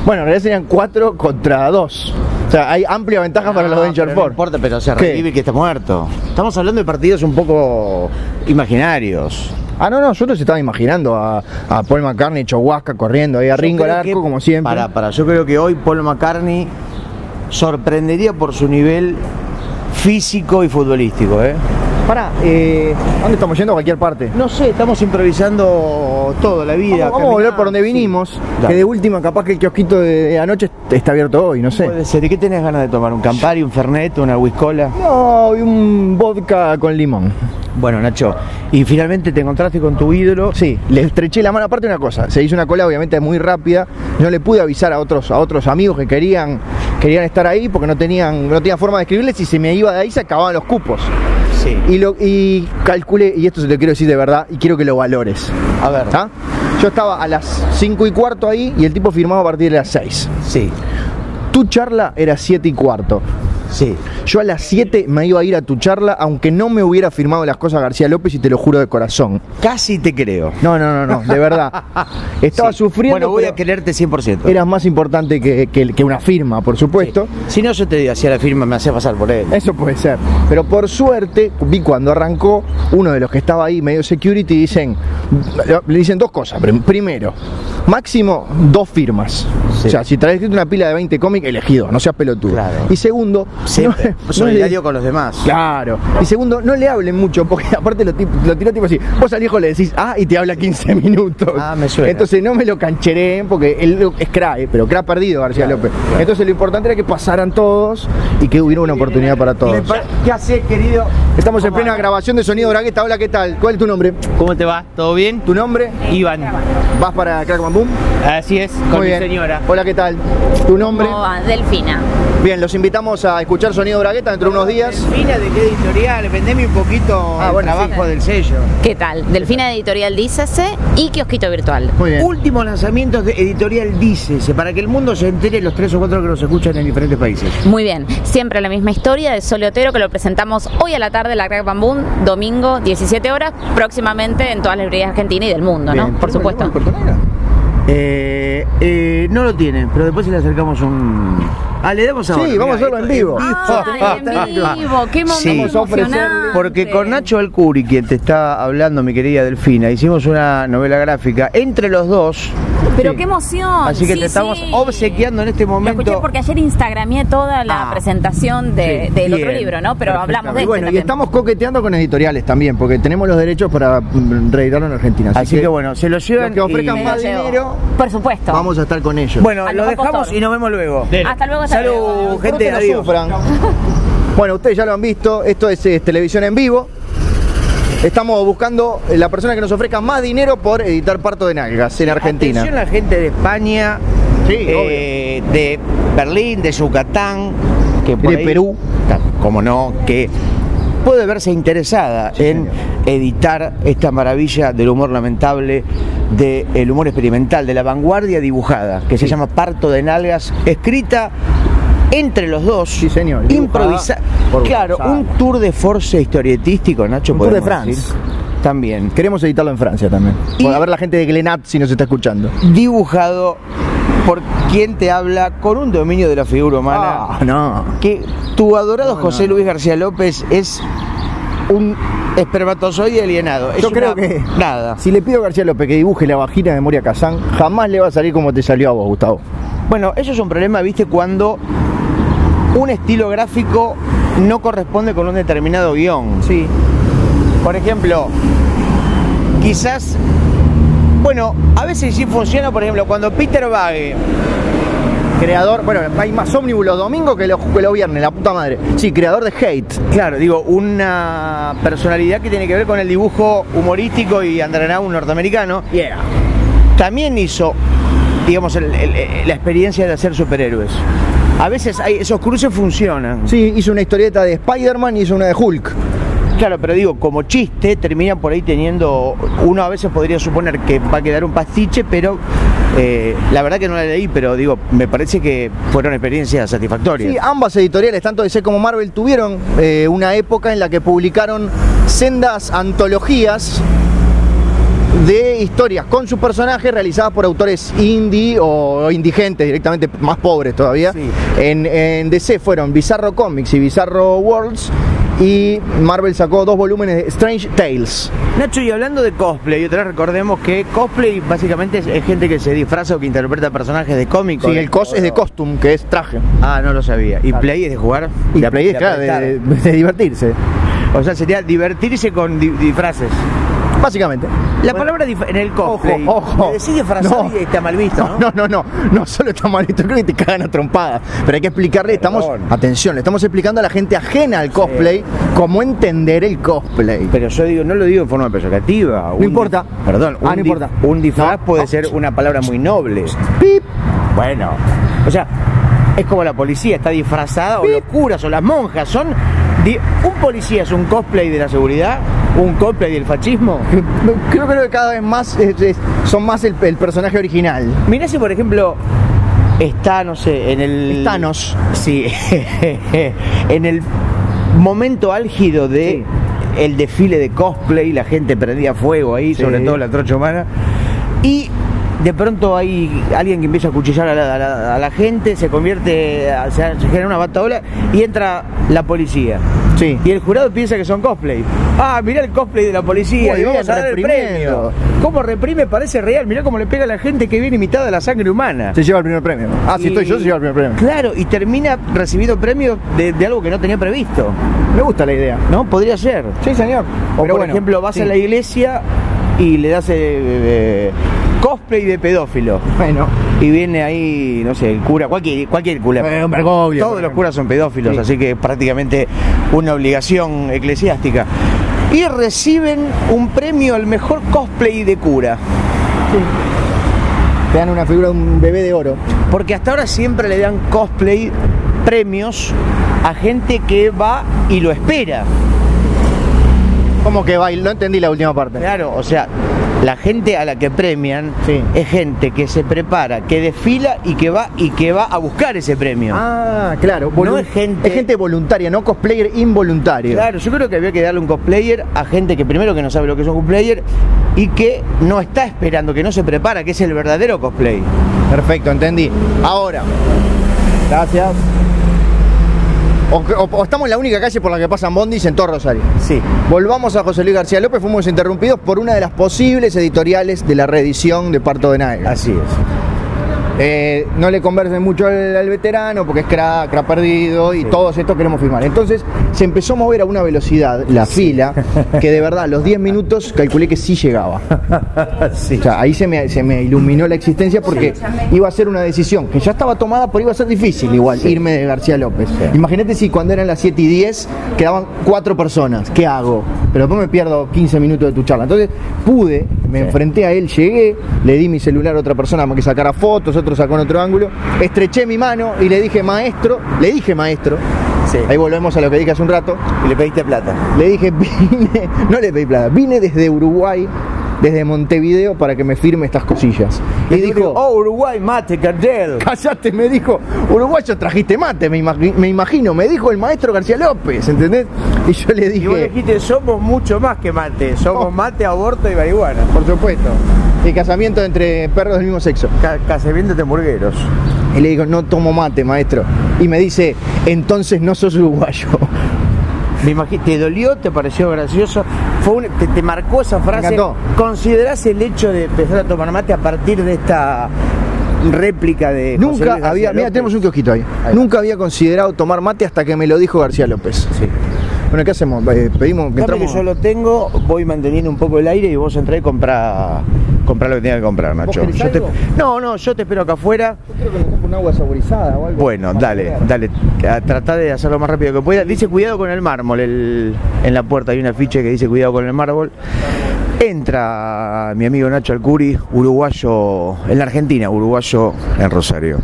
S1: Bueno, en realidad serían 4 contra 2. O sea, hay amplia ventaja para los Danger
S2: No
S1: Four.
S2: importa, Ah, pero se
S1: ¿Qué?
S2: revive que está muerto. Estamos hablando de partidos un poco imaginarios.
S1: Ah, no, no, yo no se estaba imaginando a, a Paul McCartney, Chowasca corriendo ahí a
S2: Yo
S1: Ringo al
S2: creo
S1: arco,
S2: que-
S1: como siempre.
S2: Para, para, yo creo que hoy Paul McCartney sorprendería por su nivel físico y futbolístico, ¿eh? Pará, eh,
S1: ¿A ¿Dónde estamos yendo? A cualquier parte.
S2: no sé, estamos improvisando todo, la vida.
S1: Vamos, vamos a volver por donde
S2: sí.
S1: vinimos. Que
S2: Dale.
S1: de última, capaz que el kiosquito de, de anoche está abierto hoy, no sé.
S2: Puede ser. ¿Y qué tenés ganas de tomar? ¿Un Campari, un Fernet, una Whiskola?
S1: No, y un vodka con limón.
S2: Bueno, Nacho, y finalmente te encontraste con tu ídolo.
S1: Sí, le estreché la mano. Aparte una cosa, se hizo una cola obviamente muy rápida. No le pude avisar a otros, a otros amigos que querían, querían estar ahí porque no tenían, no tenían forma de escribirles. Si se me iba de ahí se acababan los cupos.
S2: Sí.
S1: Y, lo, y calculé, y esto se lo quiero decir de verdad, y quiero que lo valores.
S2: a ver,
S1: ¿tá? Yo estaba a las 5 y cuarto ahí y el tipo firmaba a partir de las 6.
S2: Sí,
S1: Tu charla era 7 y cuarto.
S2: sí.
S1: Yo a las 7 me iba a ir a tu charla, aunque no me hubiera firmado las cosas García López y te lo juro de corazón.
S2: Casi te creo.
S1: No, no, no, no, de
S2: (laughs)
S1: verdad. Estaba
S2: Sí.
S1: sufriendo.
S2: Bueno, voy
S1: pero
S2: a quererte 100%.
S1: Eras más importante que, que- que una firma, por supuesto.
S2: Si no, yo te hacía la firma, me hacía pasar por él.
S1: Eso puede ser. Pero por suerte, vi cuando arrancó, uno de los que estaba ahí, medio security, dicen, le dicen dos cosas. Prim- Primero, máximo dos firmas.
S2: Sí.
S1: O sea, si traes escrito una pila de 20 cómics, elegí dos, no seas pelotudo.
S2: Claro.
S1: Y segundo, no-
S2: Siempre.
S1: no
S2: Solidario
S1: le-
S2: con los demás.
S1: Claro. Y segundo, no le hablen mucho, porque (laughs) aparte lo, tip- lo tiró tipo así. Vos al hijo le decís, ah, y te habla 15 (laughs) minutos.
S2: Ah, me suena.
S1: Entonces no me lo canchereen, porque él es CRA, eh, pero CRA ha perdido García
S2: Claro,
S1: López.
S2: claro.
S1: Entonces lo importante era que pasaran todos y que hubiera una oportunidad para todos.
S2: ¿Qué haces, querido?
S1: Estamos en plena grabación de Sonido Bragueta. Hola, ¿qué tal? ¿Cuál es tu nombre?
S3: ¿Cómo te va? ¿Todo bien?
S1: ¿Tu nombre?
S3: Iván.
S1: ¿Vas para Crack Bam Boom?
S3: Así es, con mi señora.
S1: Hola, ¿qué tal? ¿Tu nombre?
S4: ¿Cómo va? Delfina.
S1: Bien, los invitamos a escuchar Sonido Bragueta dentro de unos días.
S2: Delfina, ¿de qué editorial? Vendeme un poquito
S1: Ah,
S2: el
S1: bueno,
S2: trabajo
S4: sí.
S2: del sello.
S4: ¿Qué tal? Delfina de Editorial Dícese y Kiosquito Virtual.
S1: Muy bien.
S2: Últimos lanzamientos de editorial Dícese, para que el mundo se entere los tres o cuatro que nos escuchan en diferentes países.
S4: Muy bien, siempre la misma historia de Sole Otero que lo presentamos hoy a la tarde en la Crack Bambú, domingo 17 horas, próximamente en todas las librerías argentinas y del mundo, ¿no?
S1: Bien.
S4: Por supuesto.
S2: Eh, eh, no lo tienen, pero después si le acercamos un. Ah, le damos ahora.
S1: Sí, vamos a hacerlo en
S2: esto-
S1: vivo.
S4: Ay, en vivo, qué momento
S2: Ah, Sí.
S1: Vamos a ofrecerle-
S4: emocionante.
S2: Porque con Nacho Alcuri, quien te está hablando, mi querida Delfina, hicimos una novela gráfica entre los dos.
S4: Pero
S1: Sí.
S4: qué emoción.
S2: Así que
S4: sí,
S2: te estamos
S4: sí.
S2: obsequiando en este
S4: Lo
S2: momento.
S4: escuché porque ayer instagramé toda la
S2: Ah,
S4: presentación de-
S2: sí,
S4: del
S2: bien,
S4: otro libro, ¿no? Pero hablamos de
S1: Y
S4: este
S1: bueno, y
S4: también.
S1: estamos coqueteando con editoriales también, porque tenemos los derechos para mm, reeditarlo en Argentina.
S2: Así, que, bueno, se lo llevan.
S1: los que ofrezcan
S2: y-
S4: Me lo
S1: más
S4: llevo.
S1: dinero,
S4: Por supuesto.
S1: vamos a estar con ellos.
S2: Bueno,
S4: Al
S2: lo
S4: mejor
S2: dejamos
S4: postor.
S2: y nos vemos luego.
S3: Dele.
S4: Hasta luego, hasta luego.
S2: Salud,
S1: Disfruten,
S2: gente.
S1: no
S2: Adiós. (laughs)
S1: sufran. Bueno, ustedes ya lo han visto, esto es eh, televisión en vivo. Estamos buscando eh, la persona que nos ofrezca más dinero por editar Parto de Nalgas en Argentina.
S2: Atención a la gente de España,
S1: Sí,
S2: eh, de Berlín, de Yucatán, que por
S1: De
S2: ahí-
S1: Perú.
S2: Ta- como no, que puede verse interesada
S1: Sí,
S2: en
S1: señor.
S2: editar esta maravilla del humor lamentable, del humor experimental, de la vanguardia dibujada, que se llama Parto de Nalgas, escrita entre los dos,
S1: Sí, señor, dibujada
S2: improvisa-
S1: por
S2: Claro,
S1: Gonzalo.
S2: un tour de force historietístico, Nacho.
S1: Un tour de
S2: podemos decir. También.
S1: Queremos editarlo en Francia también.
S2: Y-
S1: Bueno, a ver la gente de Glenat si nos está escuchando.
S2: dibujado por quien te habla con un dominio de la figura humana
S1: Ah, no.
S2: que tu adorado
S1: No,
S2: José
S1: no, no.
S2: Luis García López es un espermatozoide alienado. Es
S1: Yo creo
S2: una-
S1: que
S2: Nada.
S1: Si le pido a García López que dibuje la vagina de Moria Kazán, jamás le va a salir como te salió a vos, Gustavo.
S2: Bueno, eso es un problema, viste, cuando un estilo gráfico no corresponde con un determinado guión.
S1: Sí.
S2: Por ejemplo, quizás, bueno, a veces sí funciona, por ejemplo, cuando Peter Vague
S1: Creador, bueno, hay más ómnibus los domingos que los, que los viernes, la puta madre. Sí, creador de hate.
S2: Claro, digo, una personalidad que tiene que ver con el dibujo humorístico y andraná un norteamericano,
S1: Yeah.
S2: también hizo, digamos, el- el- el- la experiencia de hacer superhéroes. A veces hay- esos cruces funcionan.
S1: Sí, hizo una historieta de Spider-Man y hizo una de Hulk.
S2: Claro, pero digo, como chiste, terminan por ahí teniendo. Uno a veces podría suponer que va a quedar un pastiche, pero eh, la verdad que no la leí, pero digo, me parece que fueron experiencias satisfactorias.
S1: Sí, ambas editoriales, tanto DC como Marvel, tuvieron eh, una época en la que publicaron sendas antologías de historias con sus personajes realizadas por autores indie o indigentes, directamente más pobres todavía.
S2: Sí.
S1: En, en DC fueron Bizarro Comics y Bizarro Worlds y Marvel sacó dos volúmenes de Strange Tales.
S2: Nacho, y hablando de cosplay, otra vez recordemos que cosplay básicamente es, es gente que se disfraza o que interpreta personajes de ¿eh? cómicos.
S1: Sí, el cos es de costume, que es traje.
S2: Ah, no lo sabía. ¿Y play es de jugar?
S1: Y la play es, claro,
S2: apretar.
S1: de, de divertirse.
S2: O sea, sería divertirse con di- disfraces.
S1: Básicamente.
S2: La palabra dif- en el cosplay.
S1: Ojo, ojo.
S2: Le decís disfrazado
S1: No.
S2: y está mal visto, ¿no?
S1: No, no, no, no, no solo está mal visto, creo que te cagan a trompadas. Pero hay que explicarle, estamos,
S2: Perdón.
S1: atención, le estamos explicando a la gente ajena al cosplay cómo entender el cosplay.
S2: Pero yo digo, no lo digo en forma peyorativa. No
S1: importa.
S2: Perdón.
S1: Ah,
S2: un
S1: no
S2: di-
S1: importa.
S2: Un disfraz
S1: No,
S2: puede
S1: no.
S2: ser una palabra muy noble.
S1: Pip.
S2: Bueno. O sea, es como la policía, está disfrazada, o los curas, o las monjas, son... di- un policía es un cosplay de la seguridad, un cosplay del fascismo.
S1: Creo, creo que cada vez más es- es- son más el, el personaje original.
S2: Mirá si, por ejemplo, está, no sé, en el...
S1: Thanos.
S2: Sí. (laughs) en el momento álgido de el desfile de cosplay, la gente prendía fuego ahí,
S1: Sí.
S2: sobre todo la trocha humana. Y de pronto hay alguien que empieza a cuchillar a la, a la- a la gente, se convierte, a- se se genera una bataola y entra la policía.
S1: Sí.
S2: Y el jurado piensa que son cosplay. Ah, mirá el cosplay de la policía
S1: Muy
S2: y
S1: bien,
S2: vamos a dar el
S1: reprimiendo.
S2: premio. ¿Cómo reprime? Parece real. Mirá cómo le pega a la gente que viene imitada a la sangre humana.
S1: Se lleva el primer premio. Ah, si
S2: Y-
S1: estoy yo, se lleva el primer premio.
S2: Claro, y termina recibiendo premios de, de algo que no tenía previsto.
S1: Me gusta la idea.
S2: ¿No? Podría ser.
S1: Sí, señor.
S2: O por ejemplo, vas a la iglesia y le das eh, eh, cosplay de pedófilo.
S1: Bueno.
S2: Y viene ahí, no sé, el cura, cualquier, cualquier cura.
S1: Eh, un Bergoglio, por
S2: Todos los
S1: ejemplo.
S2: curas son pedófilos,
S1: Sí.
S2: así que es prácticamente una obligación eclesiástica. Y reciben un premio al mejor cosplay de cura.
S1: Te dan una figura de un bebé de oro.
S2: Porque hasta ahora siempre le dan cosplay premios a gente que va y lo espera.
S1: ¿Cómo que baila? No entendí la última parte.
S2: Claro, o sea, la gente a la que premian
S1: Sí.
S2: es gente que se prepara, que desfila y que va y que va a buscar ese premio.
S1: Ah, claro.
S2: No
S1: volu-
S2: es gente-
S1: Es gente voluntaria, no cosplayer involuntario.
S2: Claro, yo creo que había que darle un cosplayer a gente que primero que no sabe lo que es un cosplayer y que no está esperando, que no se prepara, que es el verdadero cosplay.
S1: Perfecto, entendí. Ahora. Gracias. O, o- o estamos en la única calle por la que pasan bondis en todo Rosario.
S2: Sí.
S1: Volvamos a José Luis García López, fuimos interrumpidos por una de las posibles editoriales de la reedición de Parto de Naga.
S2: Así es.
S1: Eh, no le conversen mucho al, al veterano porque es cra, cra perdido y todos estos queremos firmar. Entonces se empezó a mover a una velocidad la fila que de verdad a los 10 minutos calculé que sí llegaba. O sea, ahí se me, se me iluminó la existencia porque iba a ser una decisión que ya estaba tomada, pero iba a ser difícil igual irme de García López. Imagínate si cuando eran las 7 y 10 quedaban cuatro personas, ¿qué hago? Pero después me pierdo 15 minutos de tu charla. Entonces pude, me enfrenté a él, llegué, le di mi celular a otra persona que sacara fotos, otro sacó en otro ángulo, estreché mi mano y le dije maestro, le dije maestro,
S2: Sí.
S1: ahí volvemos a lo que dije hace un rato,
S2: Y le pediste plata.
S1: le dije, (laughs) vine, no le pedí plata, vine desde Uruguay, desde Montevideo para que me firme estas cosillas. Y dijo,
S2: oh Uruguay, mate, Cardel.
S1: callate, me dijo, uruguayo trajiste mate, me, imagi- me imagino, me dijo el maestro García López, ¿entendés? (laughs) Y yo le
S2: Y vos
S1: dije,
S2: dijiste, somos mucho más que mate,
S1: Oh.
S2: somos mate, aborto y marihuana.
S1: por supuesto, el casamiento entre perros del mismo sexo.
S2: Ca- Casamiento de hamburgueros.
S1: Y le digo, no tomo mate, maestro. Y me dice, entonces no sos (laughs) uruguayo.
S2: Me imagino, ¿te dolió? ¿Te pareció gracioso? Fue un- te, te marcó esa frase?
S1: encantó.
S2: ¿Considerás el hecho de empezar a tomar mate a partir de esta réplica de José Luis
S1: Nunca
S2: García
S1: había, mira,
S2: López?
S1: tenemos un kiosquito ahí.
S2: va.
S1: Nunca había considerado tomar mate hasta que me lo dijo García López.
S2: Sí.
S1: Bueno, ¿qué hacemos? Eh, pedimos que
S2: Dame que
S1: entramos.
S2: yo lo tengo, voy manteniendo un poco el aire y vos entrá y comprá, comprá lo que tenga que comprar, Nacho.
S1: querés
S2: Yo te-
S1: algo?
S2: no, no, yo te espero acá afuera.
S1: Creo que me compro un agua saborizada o algo.
S2: Bueno, dale, dale. a- Tratá de hacerlo lo más rápido que pueda. Dice cuidado con el mármol. el- en la puerta hay una ficha que dice cuidado con el mármol. Entra mi amigo Nacho Alcuri, uruguayo, en la Argentina, uruguayo en Rosario.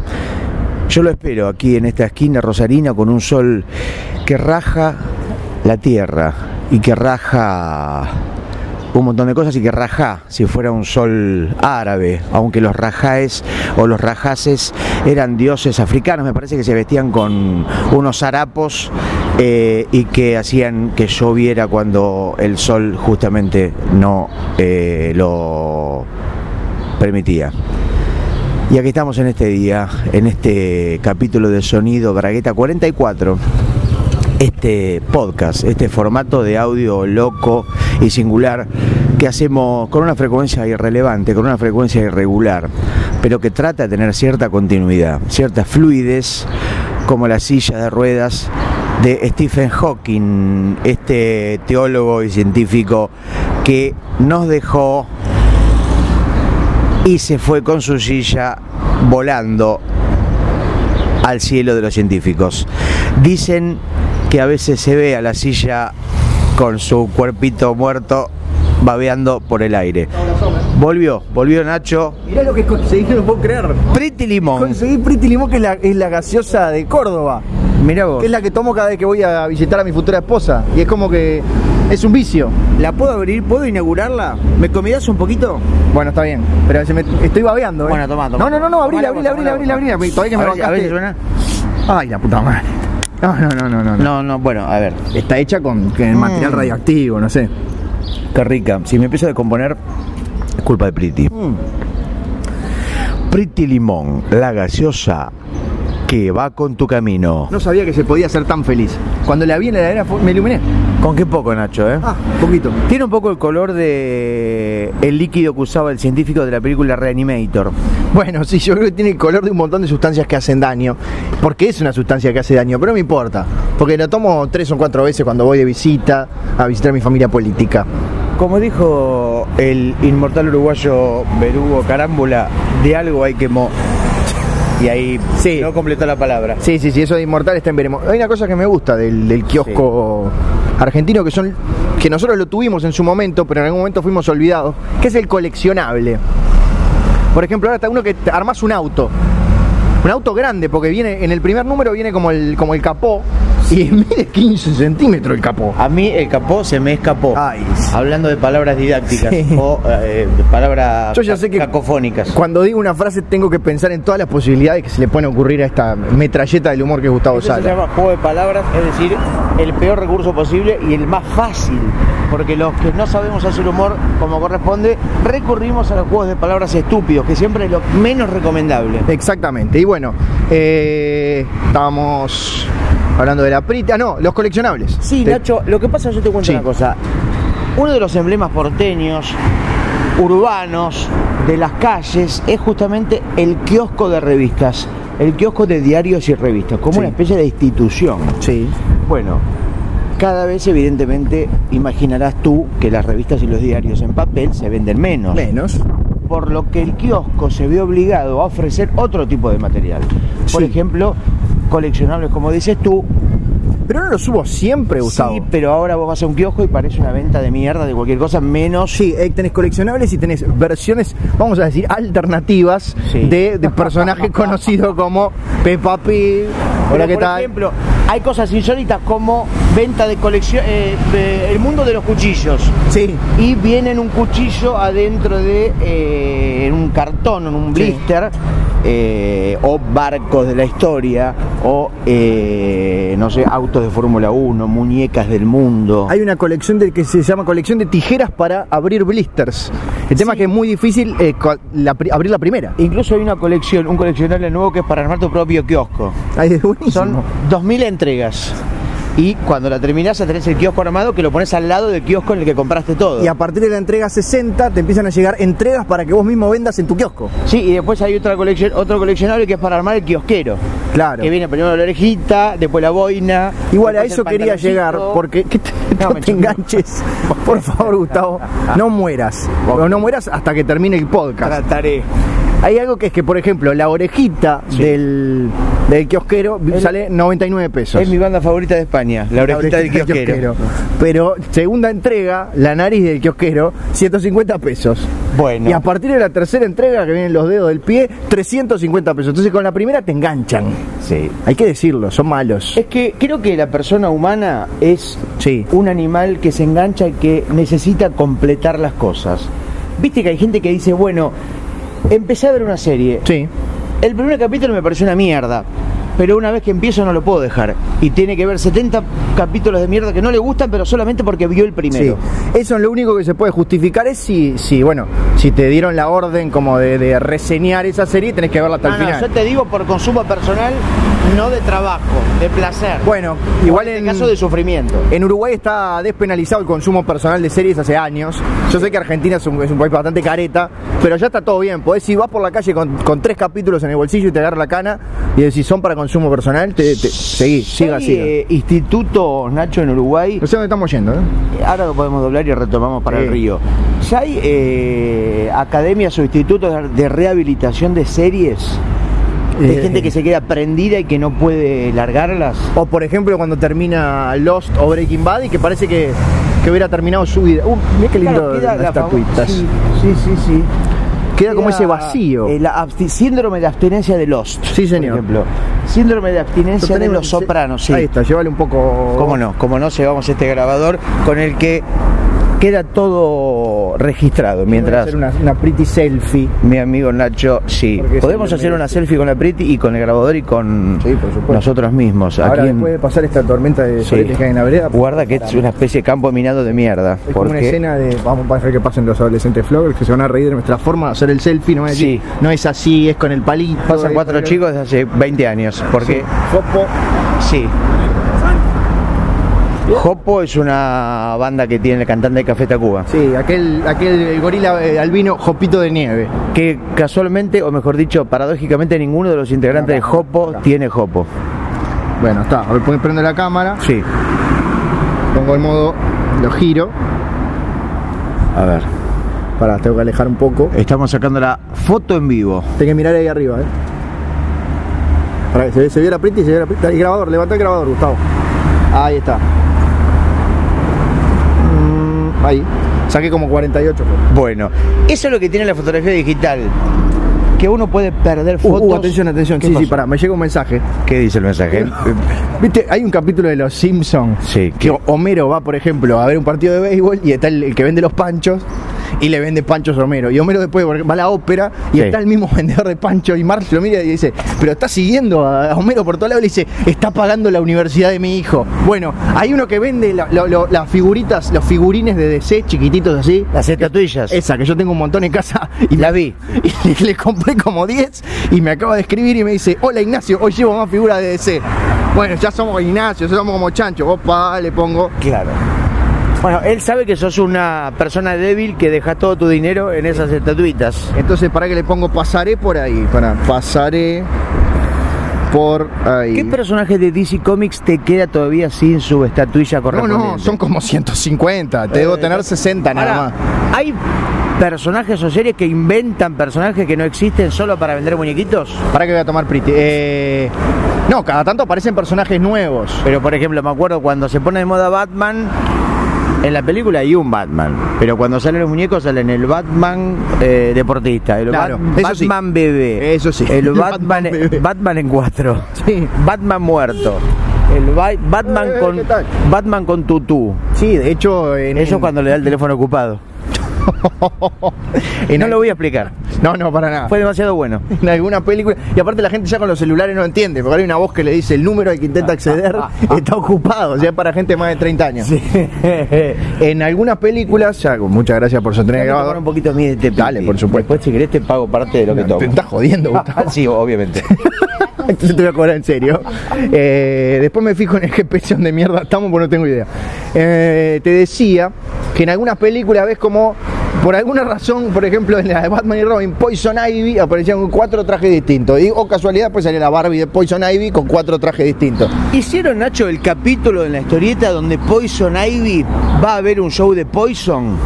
S2: Yo lo espero aquí en esta esquina rosarina con un sol que raja la tierra y que raja un montón de cosas y que rajá, si fuera un sol árabe, aunque los rajáes o los rajases eran dioses africanos, me parece que se vestían con unos harapos eh, y que hacían que lloviera cuando el sol justamente no eh, lo permitía. Y aquí estamos en este día, en este capítulo de Sonido Bragueta 44. Este podcast, este formato de audio loco y singular que hacemos con una frecuencia irrelevante, con una frecuencia irregular, pero que trata de tener cierta continuidad, cierta fluidez, como las sillas de ruedas de Stephen Hawking, este teólogo y científico que nos dejó y se fue con su silla volando al cielo de los científicos. Dicen que a veces se ve a la silla con su cuerpito muerto babeando por el aire. Volvió, volvió Nacho.
S1: Mirá lo que conseguí, no lo puedo creer.
S2: Pretty Limón.
S1: Conseguí Pretty Limón, que es la, es la gaseosa de Córdoba,
S2: Mirá vos.
S1: que es la que tomo cada vez que voy a visitar a mi futura esposa. Y es como que es un vicio.
S2: ¿La puedo abrir? ¿Puedo inaugurarla? ¿Me comidas un poquito?
S1: Bueno, está bien, pero se me- estoy babeando. ¿eh?
S2: Bueno, tomá, tomá.
S1: No, no, no, no, abrila,
S2: Tomá la
S1: abrila,
S2: boca,
S1: abrila, abrila,
S2: tomá la boca.
S1: abrila. Todavía que me
S2: A ver, a ver si
S1: bancaste.
S2: suena.
S1: Ay, la puta madre. No, no, no, no, no.
S2: No, no, bueno, a ver.
S1: Está hecha con, con
S2: Mm.
S1: material radioactivo, no sé.
S2: Qué rica. Si me empiezo a descomponer, es culpa de Pretty.
S1: Mm.
S2: Pretty Limón, la gaseosa que va con tu camino.
S1: No sabía que se podía ser tan feliz. Cuando la vi en la heladera fue- me iluminé.
S2: Con qué poco, Nacho, ¿eh?
S1: Ah, poquito.
S2: Tiene un poco el color de el líquido que usaba el científico de la película Reanimator.
S1: Bueno, sí, yo creo que tiene el color de un montón de sustancias que hacen daño. Porque es una sustancia que hace daño, pero no me importa. Porque lo tomo tres o cuatro veces cuando voy de visita a visitar a mi familia política.
S2: Como dijo el inmortal uruguayo Berugo Carámbula, de algo hay que mo... Y ahí
S1: Sí.
S2: no completó la palabra.
S1: Sí, sí, sí, eso de inmortal está en veremos. Hay una cosa que me gusta del, del kiosco argentino que son que nosotros lo tuvimos en su momento, pero en algún momento fuimos olvidados, que es el coleccionable. Por ejemplo, ahora está uno que te armás un auto. Un auto grande, porque viene, en el primer número viene como el, como el capó. Y mide 15 centímetros el capó.
S2: A mí el capó se me escapó.
S1: Ay.
S2: Hablando de palabras didácticas
S1: Sí.
S2: o eh, de palabras
S1: Yo ya sé que-
S2: cacofónicas.
S1: Cuando digo una frase tengo que pensar en todas las posibilidades que se le pueden ocurrir a esta metralleta del humor que es Gustavo
S2: Eso se
S1: Sala.
S2: llama juego de palabras, es decir, el peor recurso posible y el más fácil. Porque los que no sabemos hacer humor como corresponde, recurrimos a los juegos de palabras estúpidos, que siempre es lo menos recomendable.
S1: Exactamente. Y bueno, eh, estábamos hablando de la prita. Ah, no, los coleccionables.
S2: Sí,
S1: Te-
S2: Nacho, lo que pasa, yo te cuento
S1: Sí.
S2: una cosa. Uno de los emblemas porteños, urbanos, de las calles, es justamente el kiosco de revistas, el kiosco de diarios y revistas, como
S1: Sí.
S2: una especie de institución.
S1: Sí.
S2: Bueno, cada vez evidentemente imaginarás tú que las revistas y los diarios en papel se venden menos
S1: Menos.
S2: por lo que el kiosco se ve obligado a ofrecer otro tipo de material. Por
S1: Sí.
S2: ejemplo, coleccionables como dices tú,
S1: Pero no los subo siempre, Gustavo.
S2: Sí, pero ahora vos vas a un kiosco y parece una venta de mierda de cualquier cosa, menos.
S1: Sí, eh, tenés coleccionables y tenés versiones, vamos a decir, alternativas
S2: Sí.
S1: de, de
S2: (laughs)
S1: personajes conocidos como Peppa Pig.
S2: Pero,
S1: Hola, ¿qué
S2: por
S1: tal?
S2: ejemplo, hay cosas insólitas como venta de colección, eh, de- el mundo de los cuchillos.
S1: Sí.
S2: Y vienen un cuchillo adentro de eh, en un cartón, en un
S1: Sí.
S2: blister, eh, o barcos de la historia, o eh, no sé, autos de Fórmula 1, muñecas del mundo.
S1: Hay una colección de, que se llama colección de tijeras para abrir blisters. El tema es que es muy difícil eh, co- la pri- abrir la primera. (laughs)
S2: Incluso hay una colección, un coleccionable nuevo que es para armar tu propio kiosco.
S1: Ay, es buenísimo.
S2: Son 2.000 entregas. Y cuando la terminás ya tenés el kiosco armado que lo pones al lado del kiosco en el que compraste todo.
S1: Y a partir de la entrega 60 te empiezan a llegar entregas para que vos mismo vendas en tu kiosco.
S2: Sí, y después hay otra colección, otro coleccionable que es para armar el kiosquero.
S1: Claro.
S2: Que viene primero la orejita, después la boina.
S1: Igual a
S2: después
S1: eso
S2: el
S1: quería
S2: pantaloncito.
S1: llegar, porque (laughs) que te-
S2: No,
S1: no
S2: me
S1: te
S2: chupó.
S1: enganches. Por favor, Gustavo, no mueras.
S2: Ok.
S1: O no mueras hasta que termine el podcast.
S2: Trataré.
S1: Hay algo que es que, por ejemplo, la orejita del, del kiosquero
S2: El-
S1: sale 99 pesos.
S2: Es mi banda favorita de España, la orejita, del kiosquero.
S1: Pero segunda entrega, la nariz del kiosquero, 150 pesos.
S2: Bueno.
S1: Y a partir de la tercera entrega, que vienen los dedos del pie, 350 pesos. Entonces con la primera te enganchan.
S2: Sí.
S1: Hay que decirlo, son malos.
S2: Es que creo que la persona humana es
S1: Sí.
S2: un animal que se engancha y que necesita completar las cosas. Viste que hay gente que dice, bueno, empecé a ver una serie.
S1: Sí.
S2: El primer capítulo me pareció una mierda, pero una vez que empiezo no lo puedo dejar. Y tiene que ver 70 capítulos de mierda que no le gustan, pero solamente porque vio el
S1: Sí.
S2: primero.
S1: Eso es lo único que se puede justificar es si, si bueno, si te dieron la orden como de, de reseñar esa serie, tenés que verla hasta
S2: No,
S1: el
S2: no,
S1: final.
S2: yo te digo por consumo personal, no de trabajo, de placer.
S1: Bueno,
S2: O
S1: igual en,
S2: en, este caso de sufrimiento.
S1: en Uruguay está despenalizado el consumo personal de series hace años. Yo sé que Argentina es un, es un país bastante careta, pero ya está todo bien. Podés, si vas por la calle con, con tres capítulos en el bolsillo y te agarra la cana, Y decís, son para consumo personal, te, te- seguí, siga,
S2: Hay,
S1: siga.
S2: eh, institutos, Nacho, en Uruguay.
S1: No sé dónde estamos yendo, ¿eh?
S2: Ahora lo podemos doblar y retomamos para
S1: Sí.
S2: el río. ¿Ya hay eh, academias o institutos de- de rehabilitación de series? ¿Hay
S1: Eh,
S2: gente que se queda prendida y que no puede largarlas?
S1: O por ejemplo cuando termina Lost o Breaking Bad y que parece que, que hubiera terminado su vida. Uh, mira qué lindo
S2: Claro, queda
S1: las
S2: la famo-
S1: estatuitas.
S2: Sí, sí, sí. sí.
S1: Queda como ese
S2: Queda,
S1: vacío.
S2: eh, la absti- síndrome de abstinencia de Lost.
S1: Sí, señor.
S2: Por ejemplo. Síndrome de
S1: Lo
S2: abstinencia de
S1: tenemos-
S2: los sopranos, sí.
S1: Ahí está, llévale un poco.
S2: ¿Cómo no? ¿Cómo no llevamos este grabador con el que queda todo registrado
S1: Mientras.
S2: mientras
S1: Hacer una, una pretty selfie.
S2: mi amigo Nacho, sí.
S1: Porque
S2: Podemos
S1: se lo
S2: hacer una
S1: merece.
S2: selfie con la Priti y con el grabador y con
S1: Sí, por supuesto.
S2: nosotros mismos.
S1: Ahora
S2: Aquí en-
S1: después de pasar esta tormenta de
S2: Sí.
S1: soletes que hay en la vereda. pues,
S2: Guarda que es una especie de campo minado de mierda.
S1: Es como una
S2: porque
S1: escena de vamos a dejar que pasen los adolescentes floggers que se van a reír de nuestra forma de hacer el selfie, no, van a decir,
S2: Sí.
S1: no es así, es con el palito.
S2: pasan
S1: es
S2: cuatro
S1: con el-
S2: chicos desde hace 20 años. Porque
S1: Sí. Jopo.
S2: Sí. Jopo es una banda que tiene el cantante de Café Tacuba.
S1: Sí, aquel, aquel gorila eh, albino Jopito de nieve.
S2: Que casualmente, o mejor dicho, paradójicamente, ninguno de los integrantes de
S1: Acá,
S2: Jopo
S1: acá.
S2: tiene Jopo.
S1: Bueno, está. A ver, pon- prendo la cámara,
S2: Sí.
S1: pongo el modo, lo giro.
S2: A ver.
S1: Pará, tengo que alejar un poco.
S2: Estamos sacando la foto en vivo.
S1: Tengo que mirar ahí arriba, eh. Pará, que se, ve- se vio la print y se vio la print. Ahí, grabador, levanta el grabador, Gustavo. Ahí está. Mm, ahí. Saqué como 48. fue.
S2: Bueno, eso es lo que tiene la fotografía digital. Que uno puede perder
S1: Uh,
S2: fotos.
S1: uh, atención, atención.
S2: ¿Qué
S1: Sí, sí,
S2: pasó?
S1: pará, me llega un mensaje.
S2: ¿Qué dice el mensaje? Eh,
S1: Viste, hay un capítulo de Los Simpsons
S2: Sí,
S1: que
S2: que-
S1: Homero va, por ejemplo, a ver un partido de béisbol y está el, el que vende los panchos y le vende panchos a Homero. Y Homero después va a la ópera y
S2: Sí.
S1: está el mismo (laughs) vendedor de panchos y Marge lo mira y dice, pero está siguiendo a Homero por todo lado y le dice, está pagando la universidad de mi hijo. Bueno, hay uno que vende la- lo- lo- las figuritas, los figurines de DC chiquititos así.
S2: Las estatuillas.
S1: Esa, que yo tengo un montón en casa y
S2: La vi.
S1: (laughs) y le compré como 10 y me acaba de escribir y me dice, hola Ignacio, hoy llevo más figuras de DC. Bueno, ya somos Ignacio, ya somos como chancho. Opa, le pongo.
S2: Claro. Bueno, él sabe que sos una persona débil que deja todo tu dinero en esas estatuitas.
S1: Entonces, para que le pongo pasaré por ahí. Para, pasaré por ahí.
S2: ¿Qué personaje de DC Comics te queda todavía sin su estatuilla
S1: no,
S2: correspondiente? Eh,
S1: no, son como 150. Te debo tener 60 nada
S2: Ahora,
S1: más.
S2: ¿Hay personajes o series que inventan personajes que no existen solo para vender muñequitos?
S1: Para que voy a tomar Pretty. Eh, no, cada tanto aparecen personajes nuevos.
S2: Pero por ejemplo, me acuerdo cuando se pone de moda Batman, en la película hay un Batman, pero cuando salen los muñecos salen el Batman eh, deportista, el
S1: Claro,
S2: Bat-
S1: eso sí.
S2: Batman bebé,
S1: Eso sí. (laughs)
S2: el
S1: El
S2: Batman,
S1: Batman bebé.
S2: Batman en cuatro, (laughs)
S1: Sí.
S2: Batman muerto, el Ba- Batman
S1: Eh, eh,
S2: con
S1: ¿qué tal?
S2: Batman con tutú.
S1: Sí, de hecho, en,
S2: Eso
S1: en-
S2: cuando le da el
S1: (laughs)
S2: teléfono ocupado.
S1: en-
S2: no lo voy a explicar.
S1: No, no, para nada.
S2: Fue demasiado bueno.
S1: en alguna película. Y aparte la gente ya con los celulares no entiende, porque hay una voz que le dice el número al que intenta acceder
S2: Ah,
S1: está
S2: (laughs)
S1: ocupado, o sea, para gente más de 30 años. En algunas películas, ya, muchas gracias por sostener el
S2: Déjame tomar
S1: grabador.
S2: un poquito a mí de este
S1: Dale,
S2: piti.
S1: por supuesto.
S2: Después si querés te pago parte de lo que
S1: No,
S2: tomo.
S1: te estás
S2: Ah,
S1: jodiendo, Gustavo.
S2: (laughs)
S1: (laughs)
S2: sí, obviamente.
S1: Te voy a cobrar en serio. Eh, después me fijo en el GPS de mierda estamos, porque no tengo idea. Eh, te decía que en algunas películas ves como, por alguna razón, por ejemplo, en la de Batman y Robin, Poison Ivy aparecían con cuatro trajes distintos. Y, o casualidad, pues salía la Barbie de Poison Ivy con cuatro trajes distintos.
S2: ¿Hicieron, Nacho, el capítulo en la historieta donde Poison Ivy va a ver un show de Poison?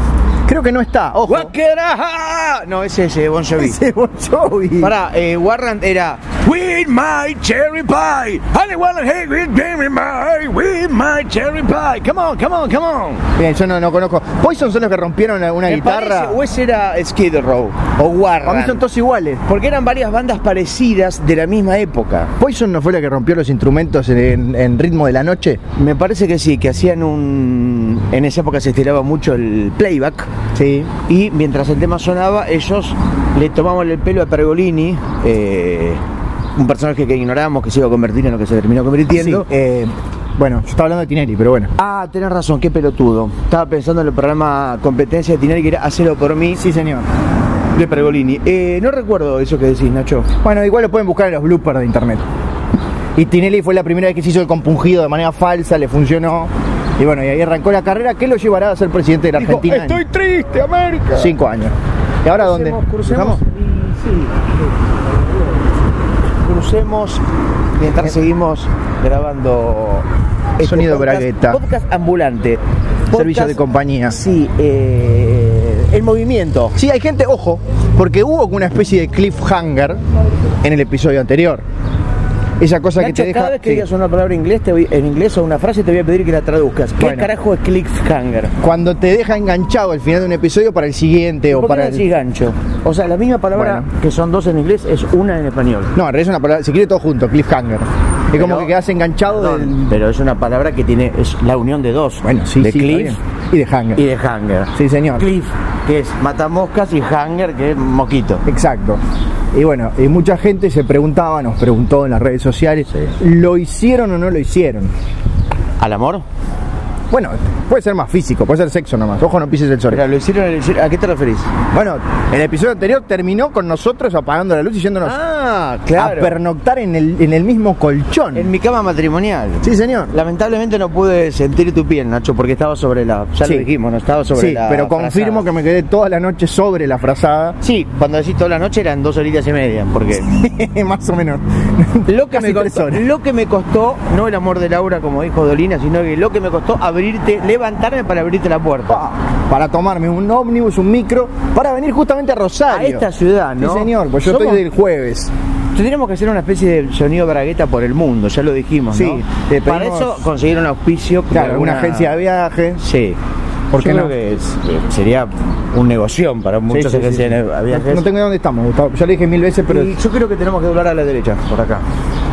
S1: Creo que no está, ojo. (laughs)
S2: ¡Guaqueraja! No, ese es eh, Bon Jovi.
S1: Ese Bon Jovi.
S2: Pará, eh, Warrant era With my cherry pie I wanna hang with cherry pie With my cherry pie Come on, come on, come on
S1: Bien, yo no, no conozco. Poison son los que rompieron una
S2: Me
S1: guitarra.
S2: parece, o ese era Skid Row O
S1: Para mí son
S2: Warrant
S1: todos iguales.
S2: Porque eran varias bandas parecidas de la misma época
S1: Poison no fue la que rompió los instrumentos en, en- en ritmo de la noche.
S2: Me parece que sí, que hacían un... En esa época se estiraba mucho el playback
S1: Sí.
S2: Y mientras el tema sonaba, ellos le tomaban el pelo a Pergolini, eh, un personaje que ignoramos, que se iba a convertir en lo que se terminó convirtiendo.
S1: eh, bueno, yo estaba hablando de Tinelli, pero bueno.
S2: Ah, tenés razón, qué pelotudo. Estaba pensando en el programa Competencia de Tinelli, que era Hacelo por mí,
S1: Sí, señor.
S2: de Pergolini. Eh, no recuerdo eso que decís, Nacho.
S1: Bueno, igual lo pueden buscar en los bloopers de internet. Y Tinelli fue la primera vez que se hizo el compungido de manera falsa, le funcionó. Y bueno, y ahí arrancó la carrera que lo llevará a ser presidente de la Argentina. en
S2: triste, América.
S1: Cinco años. ¿Y ahora dónde?
S2: Crucemos, crucemos.
S1: ¿Cruzamos?
S2: y- sí. conducemos mientras seguimos grabando. este
S1: Sonido bragueta.
S2: Podcast ambulante.
S1: Servicio de compañía.
S2: Sí, eh, el movimiento.
S1: Sí, hay gente, ojo, porque hubo como una especie de cliffhanger en el episodio anterior. Esa cosa que
S2: Nacho,
S1: te deja.
S2: cada vez que
S1: sí.
S2: digas una palabra inglés, te voy- en inglés o una frase, te voy a pedir que la traduzcas. ¿Qué
S1: Bueno.
S2: carajo es cliffhanger?
S1: Cuando te deja enganchado al final de un episodio para el siguiente o
S2: ¿Por qué
S1: para
S2: no
S1: el.
S2: decís gancho? O sea, la misma palabra
S1: Bueno.
S2: que son dos en inglés es una en español.
S1: No, en realidad es una palabra, se quiere todo junto, cliffhanger. Es como
S2: Pero-
S1: que quedas enganchado
S2: Perdón,
S1: del.
S2: Pero es una palabra que tiene es la unión de dos.
S1: Bueno, sí,
S2: de
S1: sí, está
S2: cliff
S1: bien. Y de hanger.
S2: y de hanger.
S1: Sí, señor.
S2: Cliff, que es matamoscas, y hanger, que es moquito.
S1: Exacto. Y bueno, y mucha gente se preguntaba, nos preguntó en las redes sociales,
S2: Sí.
S1: ¿lo hicieron o no lo hicieron?
S2: ¿Al amor?
S1: Bueno, puede ser más físico, puede ser sexo nomás. Ojo, no pises el sol.
S2: Pero lo hicieron, lo hicieron- ¿a qué te referís?
S1: Bueno, el episodio anterior terminó con nosotros apagando la luz y yéndonos
S2: Ah,
S1: a pernoctar en el, en el mismo colchón.
S2: En mi cama matrimonial.
S1: Sí, señor.
S2: Lamentablemente no pude sentir tu piel, Nacho, porque estaba sobre la. Ya
S1: Sí.
S2: lo dijimos, no estaba sobre
S1: sí,
S2: la.
S1: pero confirmo que me quedé toda la noche sobre la frazada.
S2: Sí, cuando decís toda la noche eran dos horitas y media, porque.
S1: (laughs) más o menos.
S2: Lo que,
S1: Casi
S2: me
S1: tres
S2: costó,
S1: horas.
S2: lo que me costó, no el amor de Laura como dijo Dolina, sino que lo que me costó abrirte, levantarme para abrirte la puerta.
S1: Pa, Para tomarme un ómnibus, un micro, para venir justamente a Rosario.
S2: A esta ciudad, ¿no?
S1: Ah, Sí, señor, pues yo
S2: Somos-
S1: estoy del jueves.
S2: Tendríamos que hacer una especie de sonido bragueta por el mundo, ya lo dijimos,
S1: Sí,
S2: ¿no?
S1: te
S2: para
S1: pedimos-
S2: eso conseguir un auspicio. de
S1: Claro, una agencia de viajes.
S2: Sí.
S1: ¿Por
S2: Yo
S1: qué
S2: creo
S1: no?
S2: que es- eh, sería un negocio para muchas
S1: Sí, sí,
S2: agencias
S1: sí, sí.
S2: de viajes.
S1: No, no tengo idea dónde estamos, Gustavo. Ya le dije mil veces, pero.
S2: eh, Y yo creo que tenemos que doblar a la derecha, por acá.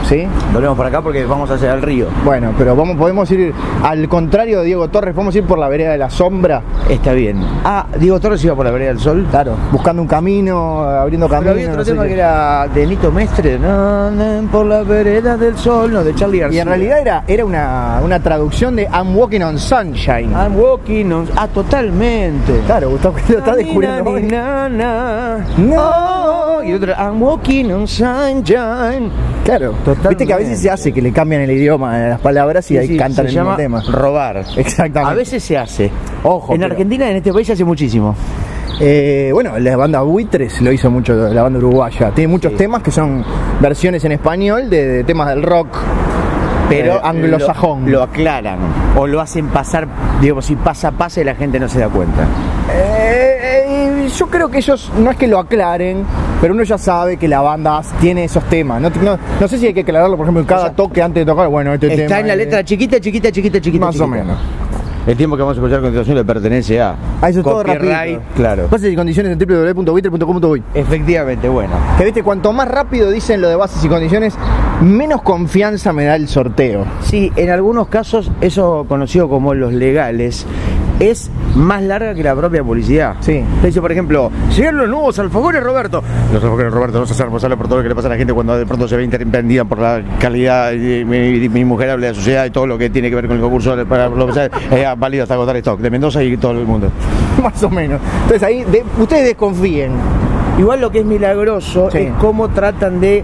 S1: ¿Sí?
S2: Doblemos por acá porque vamos hacia el río.
S1: Bueno, pero vamos, podemos ir, al contrario de Diego Torres, podemos ir por la vereda de la sombra,
S2: Está bien. Ah, Diego Torres iba por la vereda del sol. Claro.
S1: buscando un camino, abriendo
S2: Pero
S1: camino.
S2: había otro
S1: no sé
S2: tema
S1: qué.
S2: que era de Nito Mestre. No, no, por la vereda del sol, no, de Charlie
S1: Y
S2: García.
S1: en realidad era, era una, una traducción de I'm walking on sunshine.
S2: I'm walking on. Ah, totalmente.
S1: Claro, Gustavo, que
S2: ah,
S1: lo está descubriendo hoy.
S2: Na, na, na.
S1: No.
S2: Oh, y otro, I'm walking on sunshine.
S1: Claro,
S2: Totalmente.
S1: viste que a veces se hace que le cambian el idioma a las palabras y ahí cantan el mismo tema.
S2: Robar.
S1: Exactamente.
S2: A veces se hace.
S1: Ojo,
S2: En
S1: pero-
S2: Argentina, en este país, se hace muchísimo.
S1: Eh, bueno, la banda Buitres lo hizo mucho, la banda uruguaya. Tiene muchos temas que son versiones en español de, de temas del rock,
S2: pero
S1: eh, anglosajón.
S2: Lo, lo aclaran o lo hacen pasar, digamos, si pasa, pasa y la gente no se da cuenta.
S1: Eh, eh, yo creo que ellos, no es que lo aclaren, pero uno ya sabe que la banda tiene esos temas. No, no- no sé si hay que aclararlo, por ejemplo, en cada toque antes de tocar. Bueno, este tema.
S2: Está en la
S1: es-
S2: letra chiquita, chiquita, chiquita, chiquita.
S1: Más o
S2: chiquita.
S1: menos.
S2: El tiempo que vamos a escuchar a continuación le pertenece a.
S1: Ah, eso es todo
S2: copyright,
S1: rapidito.
S2: Claro.
S1: Bases y condiciones en www.buitres.com.uy.
S2: Efectivamente, bueno.
S1: Que viste, cuanto más rápido dicen lo de bases y condiciones, menos confianza me da el sorteo.
S2: Sí, en algunos casos, eso conocido como los legales, es más larga que la propia publicidad.
S1: Sí.
S2: Te dice, por ejemplo, llegan los nuevos alfajores Roberto. Los alfajores Roberto no se hacen responsables por todo lo que le pasa a la gente cuando de pronto se ve intervenida por la calidad eh, mi, mi mujer habla de la sociedad y todo lo que tiene que ver con el concurso de- para los (laughs) eh, válido hasta agotar stock de Mendoza y todo el mundo.
S1: (laughs) Más o menos. Entonces ahí de- ustedes desconfíen.
S2: Igual lo que es milagroso
S1: Sí.
S2: es cómo tratan de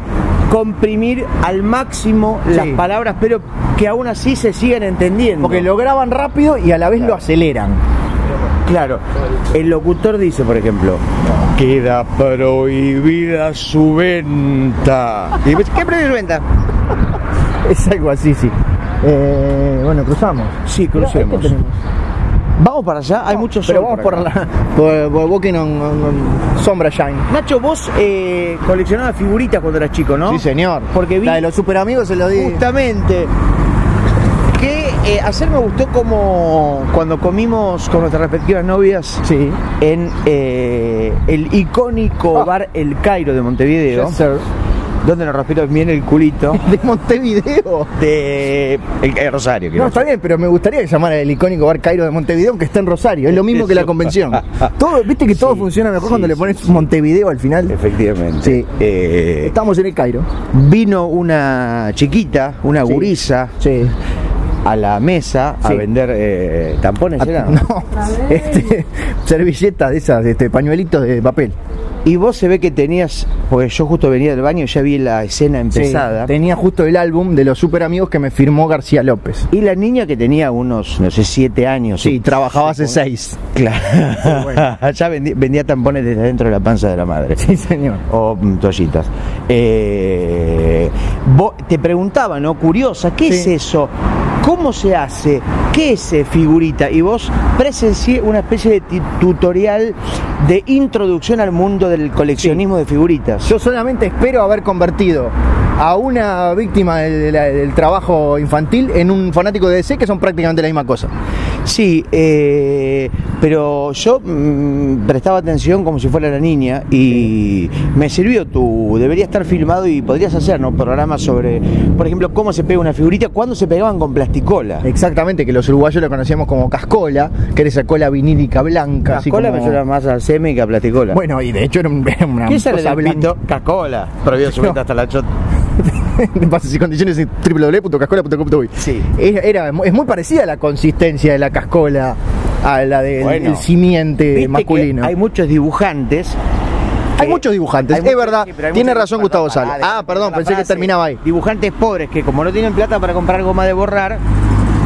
S2: comprimir al máximo las
S1: Sí.
S2: palabras, pero que aún así se sigan entendiendo.
S1: Porque lo graban rápido y a la vez lo aceleran. (laughs)
S2: Claro, el locutor dice, por ejemplo, queda prohibida su venta. (laughs) Y dice, ¿qué prohibida su venta?
S1: Es algo así, sí. Eh, bueno, cruzamos.
S2: Sí,
S1: Mirá,
S2: crucemos.
S1: ¿qué tenemos?
S2: este Vamos para allá, hay muchos
S1: Pero vamos por, la. (laughs) Por, por Walking on, on- on Sombra Shine.
S2: Nacho, vos eh, coleccionabas figuritas cuando eras chico, ¿no?
S1: Sí, señor.
S2: Porque vi-
S1: La de los super amigos se lo di.
S2: Justamente. Que eh, ayer me gustó como cuando comimos con nuestras respectivas novias
S1: Sí.
S2: en eh, el icónico
S1: Ah.
S2: bar El Cairo de Montevideo,
S1: Yes, sir.
S2: donde nos respiró bien el
S1: (laughs)
S2: culito.
S1: De Montevideo.
S2: de el, el Rosario.
S1: No, está bien, pero me gustaría que llamara el icónico Bar Cairo de Montevideo, que está en Rosario. Es lo mismo que la (laughs) convención. Todo, Viste que todo
S2: Sí,
S1: funciona mejor
S2: sí,
S1: cuando le
S2: sí,
S1: pones
S2: sí.
S1: Montevideo al final.
S2: Efectivamente.
S1: Sí.
S2: Eh,
S1: Estamos en el Cairo.
S2: vino una chiquita, una
S1: Sí.
S2: gurisa,
S1: Sí.
S2: a la mesa a
S1: Sí.
S2: vender eh, tampones.
S1: Ah,
S2: ¿era?
S1: (laughs) No, este, servilletas de esas, este, pañuelitos de papel.
S2: Y vos se ve que tenías, porque yo justo venía del baño y ya vi la escena empezada.
S1: Tenía justo el álbum de los super amigos que me firmó García López.
S2: y la niña que tenía unos, no sé, siete años.
S1: Sí, trabajaba hace
S2: supongo.
S1: seis.
S2: Claro. (laughs) ya vendí- vendía tampones desde dentro de la panza de la madre.
S1: Sí, señor.
S2: o mm, toallitas. Eh, vos- te preguntaba, ¿no? Curiosa, ¿qué
S1: Sí.
S2: es eso? ¿Cómo se hace? ¿Qué es eh, figurita? Y vos presencié una especie de ti- tutorial de introducción al mundo del coleccionismo de figuritas.
S1: Yo solamente espero haber convertido a una víctima del, de la- del trabajo infantil en un fanático de DC que son prácticamente la misma cosa.
S2: Sí, eh, pero yo mm, prestaba atención como si fuera la niña y me sirvió tu. Debería estar filmado y podrías hacernos programas sobre, por ejemplo, cómo se pega una figurita, cuándo se pegaban con plasticola.
S1: Exactamente, que los uruguayos lo conocíamos como cascola, que era esa cola vinílica blanca. así
S2: Cascola
S1: como-
S2: me suena más a semi que a plasticola.
S1: Bueno, y de hecho era, un- (laughs) era una
S2: ¿qué sale
S1: cosa
S2: del
S1: blanca.
S2: pito? Cascola. Prohibido subirte
S1: No.
S2: hasta la chota.
S1: (laughs) En bases y condiciones en www.cascola.com.uy.
S2: Sí.
S1: Era, era- es muy parecida la consistencia de la cascola a la del
S2: Bueno.
S1: el simiente
S2: Viste que
S1: masculino.
S2: Hay muchos dibujantes.
S1: Hay
S2: que-
S1: muchos dibujantes,
S2: hay
S1: es
S2: muchos-
S1: verdad.
S2: sí, pero hay
S1: Tiene
S2: muchos-
S1: razón
S2: perdón,
S1: Gustavo
S2: pará,
S1: Sal.
S2: deja
S1: Ah,
S2: terminar
S1: perdón,
S2: la
S1: pensé que
S2: frase.
S1: terminaba ahí.
S2: Dibujantes pobres que como no tienen plata para comprar goma de borrar.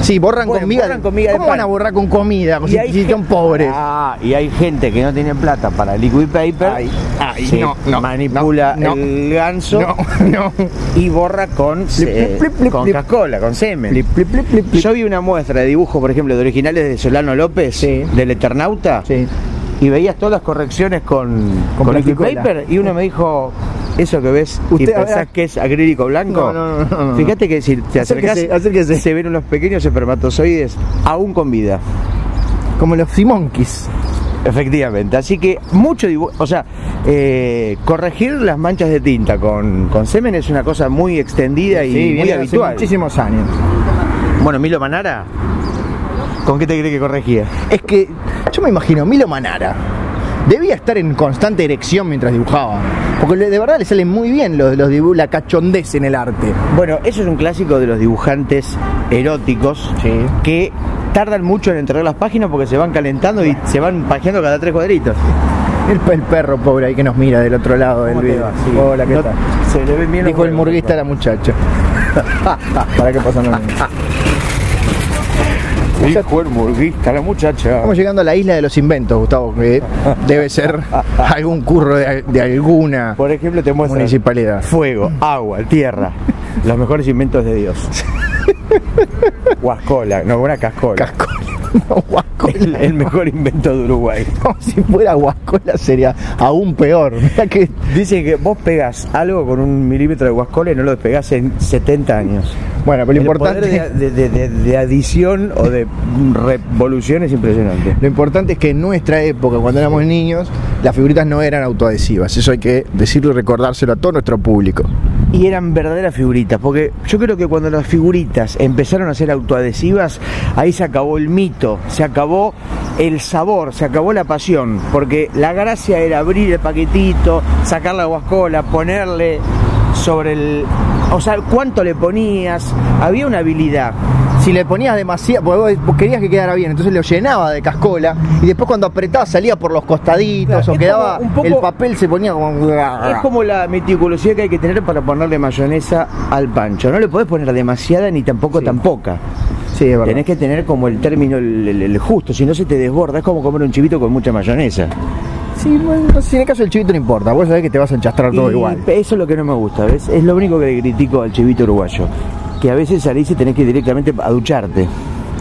S1: Sí, borran
S2: Bueno,
S1: con miga.
S2: borran con miga de
S1: ¿Cómo van
S2: pan?
S1: a borrar con comida? Si, si
S2: gen-
S1: son pobres.
S2: Ah, y hay gente que no tiene plata para liquid paper.
S1: Ay, ay,
S2: se
S1: no, no,
S2: manipula
S1: no, no.
S2: el ganso
S1: No, no.
S2: y borra con eh,
S1: Flip, flip, flip,
S2: con
S1: flip.
S2: cascola, con semen.
S1: Plip, plip, plip, plip, plip.
S2: Yo vi una muestra de dibujos, por ejemplo, de originales de Solano López,
S1: Sí.
S2: del Eternauta,
S1: Sí.
S2: y veías todas las correcciones con,
S1: Con
S2: con liquid
S1: plasticola.
S2: paper, y uno me dijo, eso que ves y
S1: Usted, a ver,
S2: pensás que es acrílico blanco.
S1: No, no, no, no, no.
S2: Fíjate que si te acercás,
S1: Acérquese, acérquese.
S2: se ven unos pequeños espermatozoides aún con vida.
S1: Como los simonquis.
S2: Efectivamente, así que mucho dibujo, o sea, eh, corregir las manchas de tinta con, con semen es una cosa muy extendida y muy
S1: viene hace
S2: habitual.
S1: muchísimos años.
S2: Bueno, Milo Manara, ¿con qué te cree que corregía?
S1: Es que yo me imagino, Milo Manara debía estar en constante erección mientras dibujaba. Porque le- de verdad le salen muy bien los, los dibu- la cachondez en el arte.
S2: Bueno, eso es un clásico de los dibujantes eróticos
S1: Sí.
S2: que tardan mucho en entregar las páginas porque se van calentando y se van pajeando cada tres cuadritos.
S1: El, pe- el perro pobre ahí que nos mira del otro lado del
S2: ¿Cómo te
S1: video.
S2: va? Sí.
S1: Hola, ¿qué
S2: No-
S1: tal?
S2: Se le ven bien los Ah,
S1: Dijo el
S2: huevos.
S1: murguista a la muchacha. ¿Para qué pasa (laughs) no?
S2: Dijo el murguista, la muchacha.
S1: Estamos llegando a la isla de los inventos, Gustavo, que debe ser algún curro de, de alguna
S2: Por ejemplo, te muestran
S1: municipalidad.
S2: fuego, agua,
S1: (laughs)
S2: tierra, los mejores inventos de Dios. Huascola, no, una cascola.
S1: Cascola. (laughs) No,
S2: el,
S1: guascola.
S2: el mejor invento de Uruguay.
S1: No, si fuera guascola sería aún peor. Mirá que
S2: Dicen que vos pegás algo con un milímetro de huascola y no lo despegás en 70 años.
S1: Bueno, pero lo
S2: El
S1: importante,
S2: poder de, de- de- de adición o de revolución es impresionante.
S1: lo importante es que en nuestra época, cuando éramos niños, las figuritas no eran autoadhesivas. Eso hay que decirlo y recordárselo a todo nuestro público.
S2: Y eran verdaderas figuritas, porque yo creo que cuando las figuritas empezaron a ser autoadhesivas, ahí se acabó el mito, se acabó el sabor, se acabó la pasión, porque la gracia era abrir el paquetito, sacar la guascola, ponerle sobre el... O sea, cuánto le ponías, había una habilidad.
S1: Si le ponías demasiado, porque vos querías que quedara bien, entonces lo llenaba de cascola y después cuando apretaba salía por los costaditos
S2: Claro,
S1: o
S2: es
S1: quedaba,
S2: como un poco-
S1: el papel se ponía como...
S2: Es como la meticulosidad que hay que tener para ponerle mayonesa al pancho. No le podés poner demasiada ni tampoco tan poca.
S1: Sí, es verdad.
S2: Tenés que tener como el término el, el- el justo, si no se te desborda, es como comer un chivito con mucha mayonesa.
S1: Sí, bueno, no sé, si en el caso del chivito no importa, vos sabés que te vas a enchastrar todo
S2: Y
S1: igual.
S2: Eso es lo que no me gusta, ¿ves? Es lo único que le critico al chivito uruguayo, que a veces salís y tenés que ir directamente a ducharte,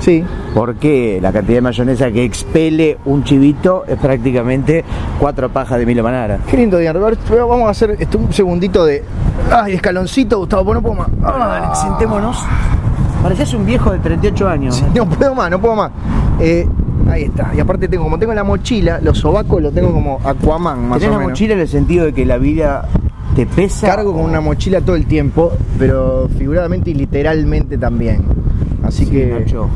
S1: Sí.
S2: porque la cantidad de mayonesa que expele un chivito es prácticamente cuatro pajas de Milo Manara.
S1: Qué lindo día, Roberto. Pero Vamos a hacer este, un segundito de... Ay, escaloncito, Gustavo, pues no puedo más. Ah.
S2: sentémonos. Parecías un viejo de 38 años.
S1: No puedo más, no puedo más. Eh, ahí está. Y aparte tengo, como tengo la mochila, los sobacos los tengo como Aquaman más
S2: Tenés
S1: o
S2: la
S1: menos.
S2: mochila en el sentido de que la vida te pesa.
S1: Cargo con una mochila todo el tiempo, pero figuradamente y literalmente también. Así
S2: Sí,
S1: que.
S2: Nacho.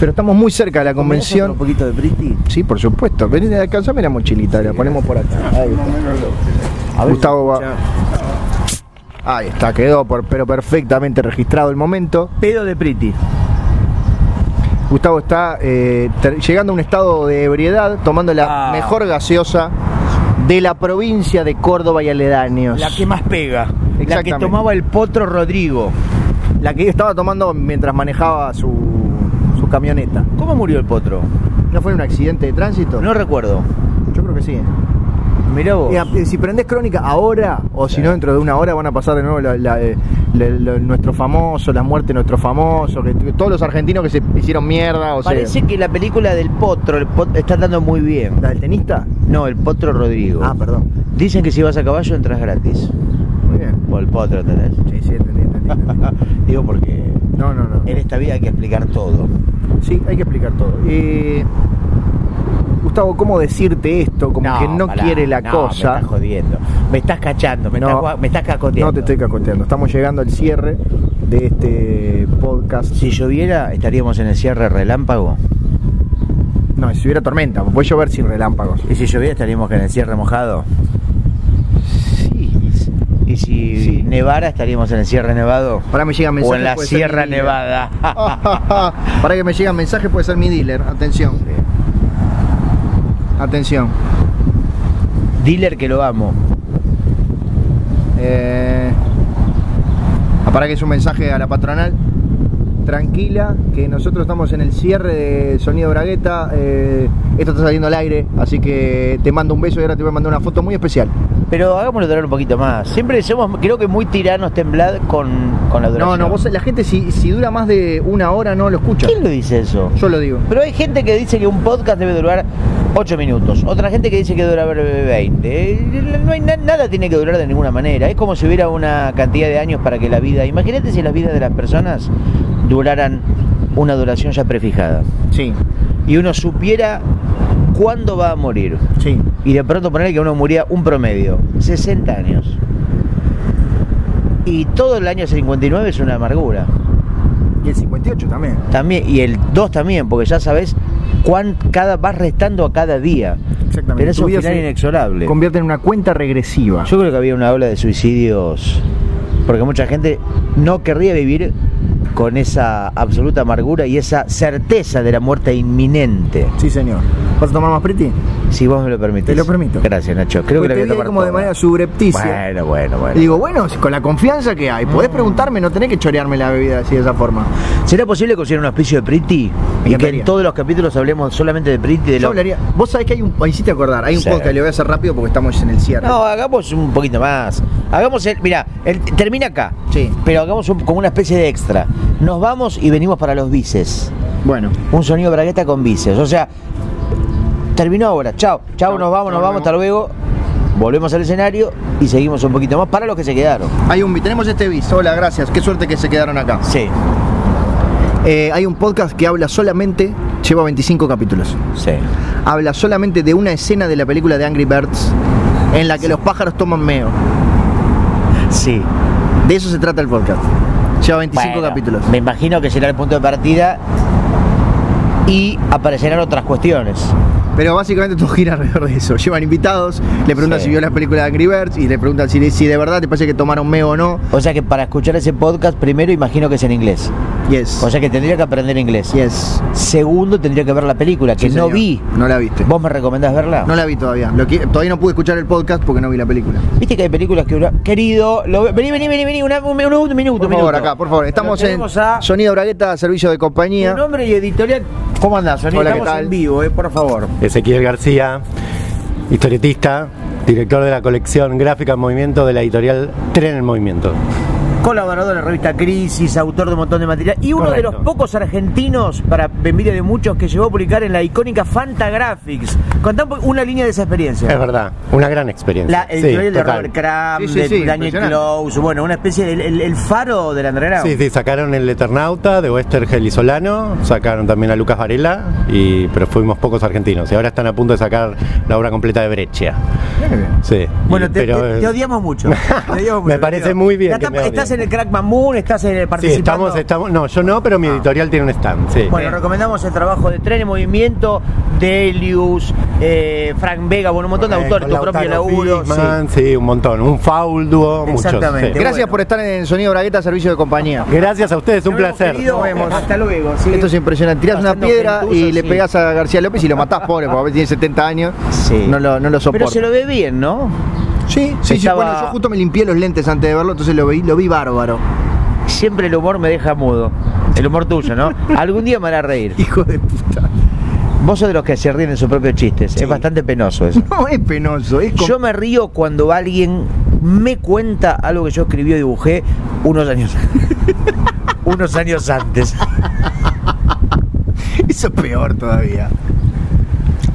S1: Pero estamos muy cerca de la convención.
S2: Un poquito de Priti.
S1: Sí, por supuesto. Vení, alcanzame la mochilita, la ponemos por acá. Ahí está.
S2: ver,
S1: Gustavo va-
S2: ya.
S1: Ahí está, quedó por, pero perfectamente registrado el momento.
S3: Pedo de Priti.
S1: Gustavo está eh, ter- llegando a un estado de ebriedad, tomando la
S2: Ah.
S1: mejor gaseosa de la provincia de Córdoba y aledaños.
S2: La que más pega. La que
S1: Exactamente.
S2: tomaba el potro Rodrigo.
S1: La que estaba tomando mientras manejaba su, su camioneta.
S2: ¿Cómo murió el potro?
S1: ¿No fue en un accidente de tránsito?
S2: No recuerdo.
S1: Yo creo que sí. ¿eh?
S2: Mirá vos.
S1: Mira, eh, si prendés crónica ahora, o si
S2: Sí.
S1: no dentro de una hora van a pasar de nuevo la- la, eh, la- la- nuestro famoso, la muerte de nuestro famoso, que, que todos los argentinos que se hicieron mierda, o
S2: Parece
S1: sea.
S2: que la película del potro, el pot- está andando muy bien.
S1: ¿La del tenista?
S2: No, el potro Rodrigo.
S1: Ah, perdón.
S2: Dicen que si vas a caballo entras gratis.
S1: Muy bien.
S2: Por el potro, ¿entendés?
S1: Sí, sí, entendí, entendí, entendí.
S2: Digo porque
S1: (laughs) No, no, no.
S2: en esta vida hay que explicar todo.
S1: Sí, hay que explicar todo. Eh, Gustavo, ¿cómo decirte esto? Como que no
S2: pará,
S1: quiere la
S2: no, Me
S1: cosa.
S2: estás jodiendo. Me estás cachando, me,
S1: No,
S2: estás, gua- me estás cacoteando.
S1: No te estoy cacoteando. Estamos llegando al cierre de este podcast.
S2: Si lloviera, estaríamos en el cierre relámpago.
S1: No, si hubiera tormenta, puede llover sin relámpagos.
S2: Y si lloviera, estaríamos en el cierre mojado.
S1: Sí.
S2: Y si
S1: Sí.
S2: nevara, estaríamos en el cierre nevado.
S1: Ahora me llegan
S2: O
S1: mensajes.
S2: en la
S1: puede ser
S2: Sierra
S1: mi dealer. (laughs)
S2: Nevada.
S1: Ah. Para que me llegan mensajes puede ser mi dealer. Atención. Atención.
S2: (laughs) Dealer que lo amo.
S1: Eh, para que es un mensaje a la patronal. Tranquila, que nosotros estamos en el cierre de Sonido Bragueta. eh, esto está saliendo al aire, así que te mando un beso y ahora te voy a mandar una foto muy especial.
S2: Pero hagámoslo durar un poquito más. Siempre somos, creo que muy tiranos temblad con, con la
S1: No,
S2: duración.
S1: no, vos, la gente si, si dura más de una hora no lo escucha.
S2: ¿Quién lo dice eso?
S1: Yo lo digo.
S2: Pero hay gente que dice que un podcast debe durar 8 minutos. Otra gente que dice que dura 20. Eh, No hay na- nada tiene que durar de ninguna manera. Es como si hubiera una cantidad de años para que la vida. Imagínate si las vidas de las personas duraran una duración ya prefijada.
S1: Sí,
S2: Y uno supiera cuándo va a morir.
S1: sí.
S2: Y de pronto ponerle que uno moría un promedio, 60 años. Y todo el año 59 es una amargura.
S1: Y el 58 también.
S2: También, y el 2 también, porque ya sabes cuán cada vas restando a cada día.
S1: Exactamente.
S2: Pero es
S1: Tu
S2: un
S1: vida
S2: final
S1: se
S2: inexorable.
S1: Convierte en una cuenta regresiva.
S2: Yo creo que había una ola de suicidios, porque mucha gente no querría vivir con esa absoluta amargura y esa certeza de la muerte inminente.
S1: Sí, señor. ¿Vas a tomar más pretty?
S2: Si vos me lo permitís.
S1: Te lo permito.
S2: Gracias, Nacho. Creo
S1: Porque
S2: que
S1: te
S2: la voy
S1: vi
S2: a
S1: ahí
S2: tomar
S1: como de
S2: toda.
S1: manera subrepticia.
S2: Bueno, Mm. bueno, bueno.
S1: Y digo, bueno, si con la confianza que hay, podés preguntarme, no tenés que chorearme la bebida así de esa forma.
S2: ¿Será posible conseguir un auspicio de Priti? Y que
S1: encantaría.
S2: en todos los capítulos hablemos solamente de Priti de
S1: Yo
S2: lo...
S1: hablaría. Vos sabés que hay un. Me hiciste acordar, hay un
S2: Sí.
S1: podcast, le voy a hacer rápido porque estamos en el cierre.
S2: No, hagamos un poquito más. Hagamos el. Mira, termina acá.
S1: Sí.
S2: Pero hagamos un- como una especie de extra. Nos vamos y venimos para los bices.
S1: Bueno.
S2: Un sonido bragueta con bices. O sea, terminó ahora. Chao. Chao,
S1: Chau,
S2: nos vamos,
S1: nos
S2: nos vamos.
S1: vemos.
S2: Hasta luego. Volvemos al escenario y seguimos un poquito más para los que se quedaron.
S1: Hay un. Tenemos este bis. Hola, gracias. Qué suerte que se quedaron acá.
S2: Sí,
S1: Eh, hay un podcast que habla solamente. Lleva 25 capítulos.
S2: sí.
S1: Habla solamente de una escena de la película de Angry Birds en la que los pájaros toman meo.
S2: Sí.
S1: De eso se trata el podcast. Lleva 25
S2: Bueno,
S1: capítulos.
S2: Me imagino que será el punto de partida y aparecerán otras cuestiones.
S1: Pero básicamente todo gira alrededor de eso. Llevan invitados, le preguntan
S2: Sí.
S1: si vio la película de Angry Birds y le preguntan si, si de verdad te parece que tomaron meo o no.
S2: O sea que para escuchar ese podcast, primero imagino que es en inglés.
S1: Yes.
S2: O sea que tendría que aprender inglés.
S1: yes.
S2: Segundo, tendría que ver la película, que
S1: Sí,
S2: no
S1: señor.
S2: vi.
S1: No la viste.
S2: ¿Vos me recomendás verla?
S1: No la vi todavía. Lo que- todavía no pude escuchar el podcast porque no vi la película.
S2: Viste que hay películas que uno... Querido, lo... vení, vení, vení, vení, una- un, un- un minuto,
S1: Por
S2: un
S1: favor,
S2: minuto.
S1: acá, por favor.
S2: Lo
S1: Estamos en
S2: tenemos a...
S1: Sonido Bragueta, servicio de compañía.
S2: Tu nombre y editorial... ¿Cómo andás, Sonido?
S1: Hola, ¿qué
S2: Estamos
S1: tal?
S2: en vivo, eh, por favor.
S5: Ezequiel García, historietista, director de la colección Gráfica en Movimiento de la editorial Tren en Movimiento.
S2: Colaborador de la revista Crisis, autor de un montón de material y uno
S5: Correcto.
S2: de los pocos argentinos, para envidia de muchos, que llegó a publicar en la icónica Fantagraphics. Contá un po- una línea de esa experiencia.
S5: Es verdad, una gran experiencia.
S2: La editorial de
S5: total.
S2: Robert Crumb,
S1: Sí, sí,
S2: de
S1: sí,
S2: Daniel
S1: impresionante.
S2: Close, bueno, una especie del el, el faro del underground.
S5: Sí, sí, sacaron el Eternauta de Wester Solano, sacaron también a Lucas Varela, y, pero fuimos pocos argentinos. Y ahora están a punto de sacar la obra completa de Breccia. Sí.
S2: Bueno,
S5: y-
S2: te,
S5: pero,
S2: te-
S5: eh,
S2: te odiamos mucho. te odiamos (laughs)
S5: Me
S2: mucho,
S5: parece
S2: te digo.
S5: muy bien
S2: Ya
S5: que
S2: está-
S5: me odien.
S2: estás en el Crack Bamboo, estás en el
S5: Sí,
S2: participando. Ah.
S5: estamos, estamos. No, yo no, pero mi editorial tiene un stand. Sí.
S2: Bueno, recomendamos el trabajo de Tren en Movimiento, Delius, eh, Frank Vega, bueno, un montón de autores, tu propio laburo. sí.
S5: Fisman, sí. un montón. Un Faul dúo, muchos.
S2: Exactamente.
S5: sí.
S1: Gracias
S2: bueno.
S1: por estar en Sonido Bragueta, servicio de compañía.
S5: Gracias a ustedes, un
S2: Nos vemos,
S5: placer.
S2: querido.
S1: Nos vemos.
S2: Hasta luego. sí.
S1: Esto es impresionante. Tirás una
S2: Haciendo
S1: piedra
S2: gentuza,
S1: y le
S2: sí.
S1: pegás a García López y lo matás, pobre, porque a veces tiene 70 años.
S2: Sí.
S1: No lo, no lo soporto.
S2: Pero se lo ve bien, ¿no?
S1: Sí, sí, sí.
S2: Estaba-
S1: Bueno, yo justo me limpié los lentes antes de verlo, entonces lo vi, lo vi bárbaro. (laughs)
S2: Siempre el humor me deja mudo. El humor tuyo, (laughs) ¿no? Algún día me hará reír.
S1: Hijo de puta.
S2: Vos sos de los que se ríen de sus propios chistes. Es bastante penoso eso.
S1: No es penoso, es como.
S2: Yo me río cuando alguien me cuenta algo que yo escribí o dibujé unos años (laughs) unos años antes.
S1: (laughs) Eso es peor todavía.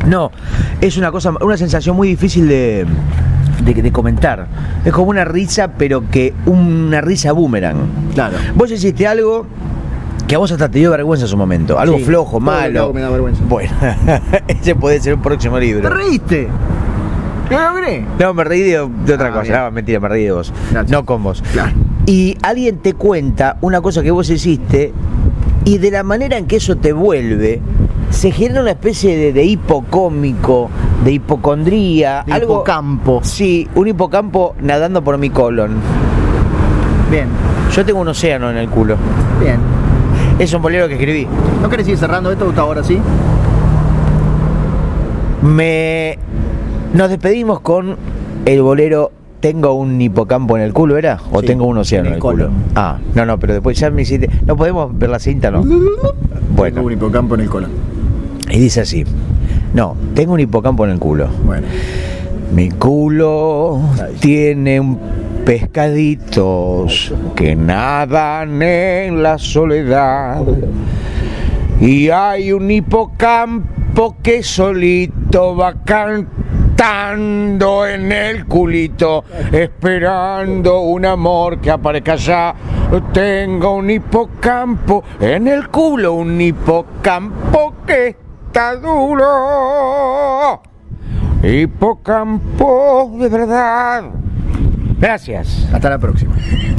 S2: No, es una cosa, una sensación muy difícil de, de, de comentar. Es como una risa, pero que una risa boomerang.
S1: Claro.
S2: Vos hiciste algo que a vos hasta te dio vergüenza en su momento. Algo
S1: Sí, todo
S2: flojo,
S1: lo que hago
S2: malo.
S1: me da vergüenza.
S2: Bueno, (laughs) ese puede ser un próximo
S1: ¿Te
S2: libro.
S1: reíste? ¿Lo logré?
S2: No, me reí de, de otra
S1: Ah,
S2: cosa.
S1: bien.
S2: No, mentira, me reí de vos.
S1: Gracias.
S2: No con vos.
S1: Claro.
S2: Y alguien te cuenta una cosa que vos hiciste y de la manera en que eso te vuelve, se genera una especie de, de hipocómico, de hipocondría,
S1: De
S2: algo...
S1: hipocampo.
S2: Sí, un hipocampo nadando por mi colon.
S1: Bien,
S2: Yo tengo un océano en el culo.
S1: bien.
S2: Es un bolero que escribí.
S1: ¿No querés ir cerrando esto Gustavo, ahora sí?
S2: Me... Nos despedimos con el bolero Tengo un hipocampo en el culo, ¿era? ¿O
S1: Sí,
S2: tengo un océano
S1: en
S2: en
S1: el
S2: el, culo?
S1: colon.
S2: Ah, no, no, pero después ya me hiciste... No podemos ver la cinta,
S1: (laughs)
S2: ¿no? Bueno,
S1: único campo en el colon.
S2: y dice así. No, tengo un hipocampo en el culo.
S1: Bueno.
S2: Mi culo tiene un pescaditos que nadan en la soledad. Y hay un hipocampo que solito va cantando en el culito, esperando un amor que aparezca ya. Tengo un hipocampo en el culo, un hipocampo que está duro. Hipocampo de verdad. Gracias.
S1: Hasta la próxima.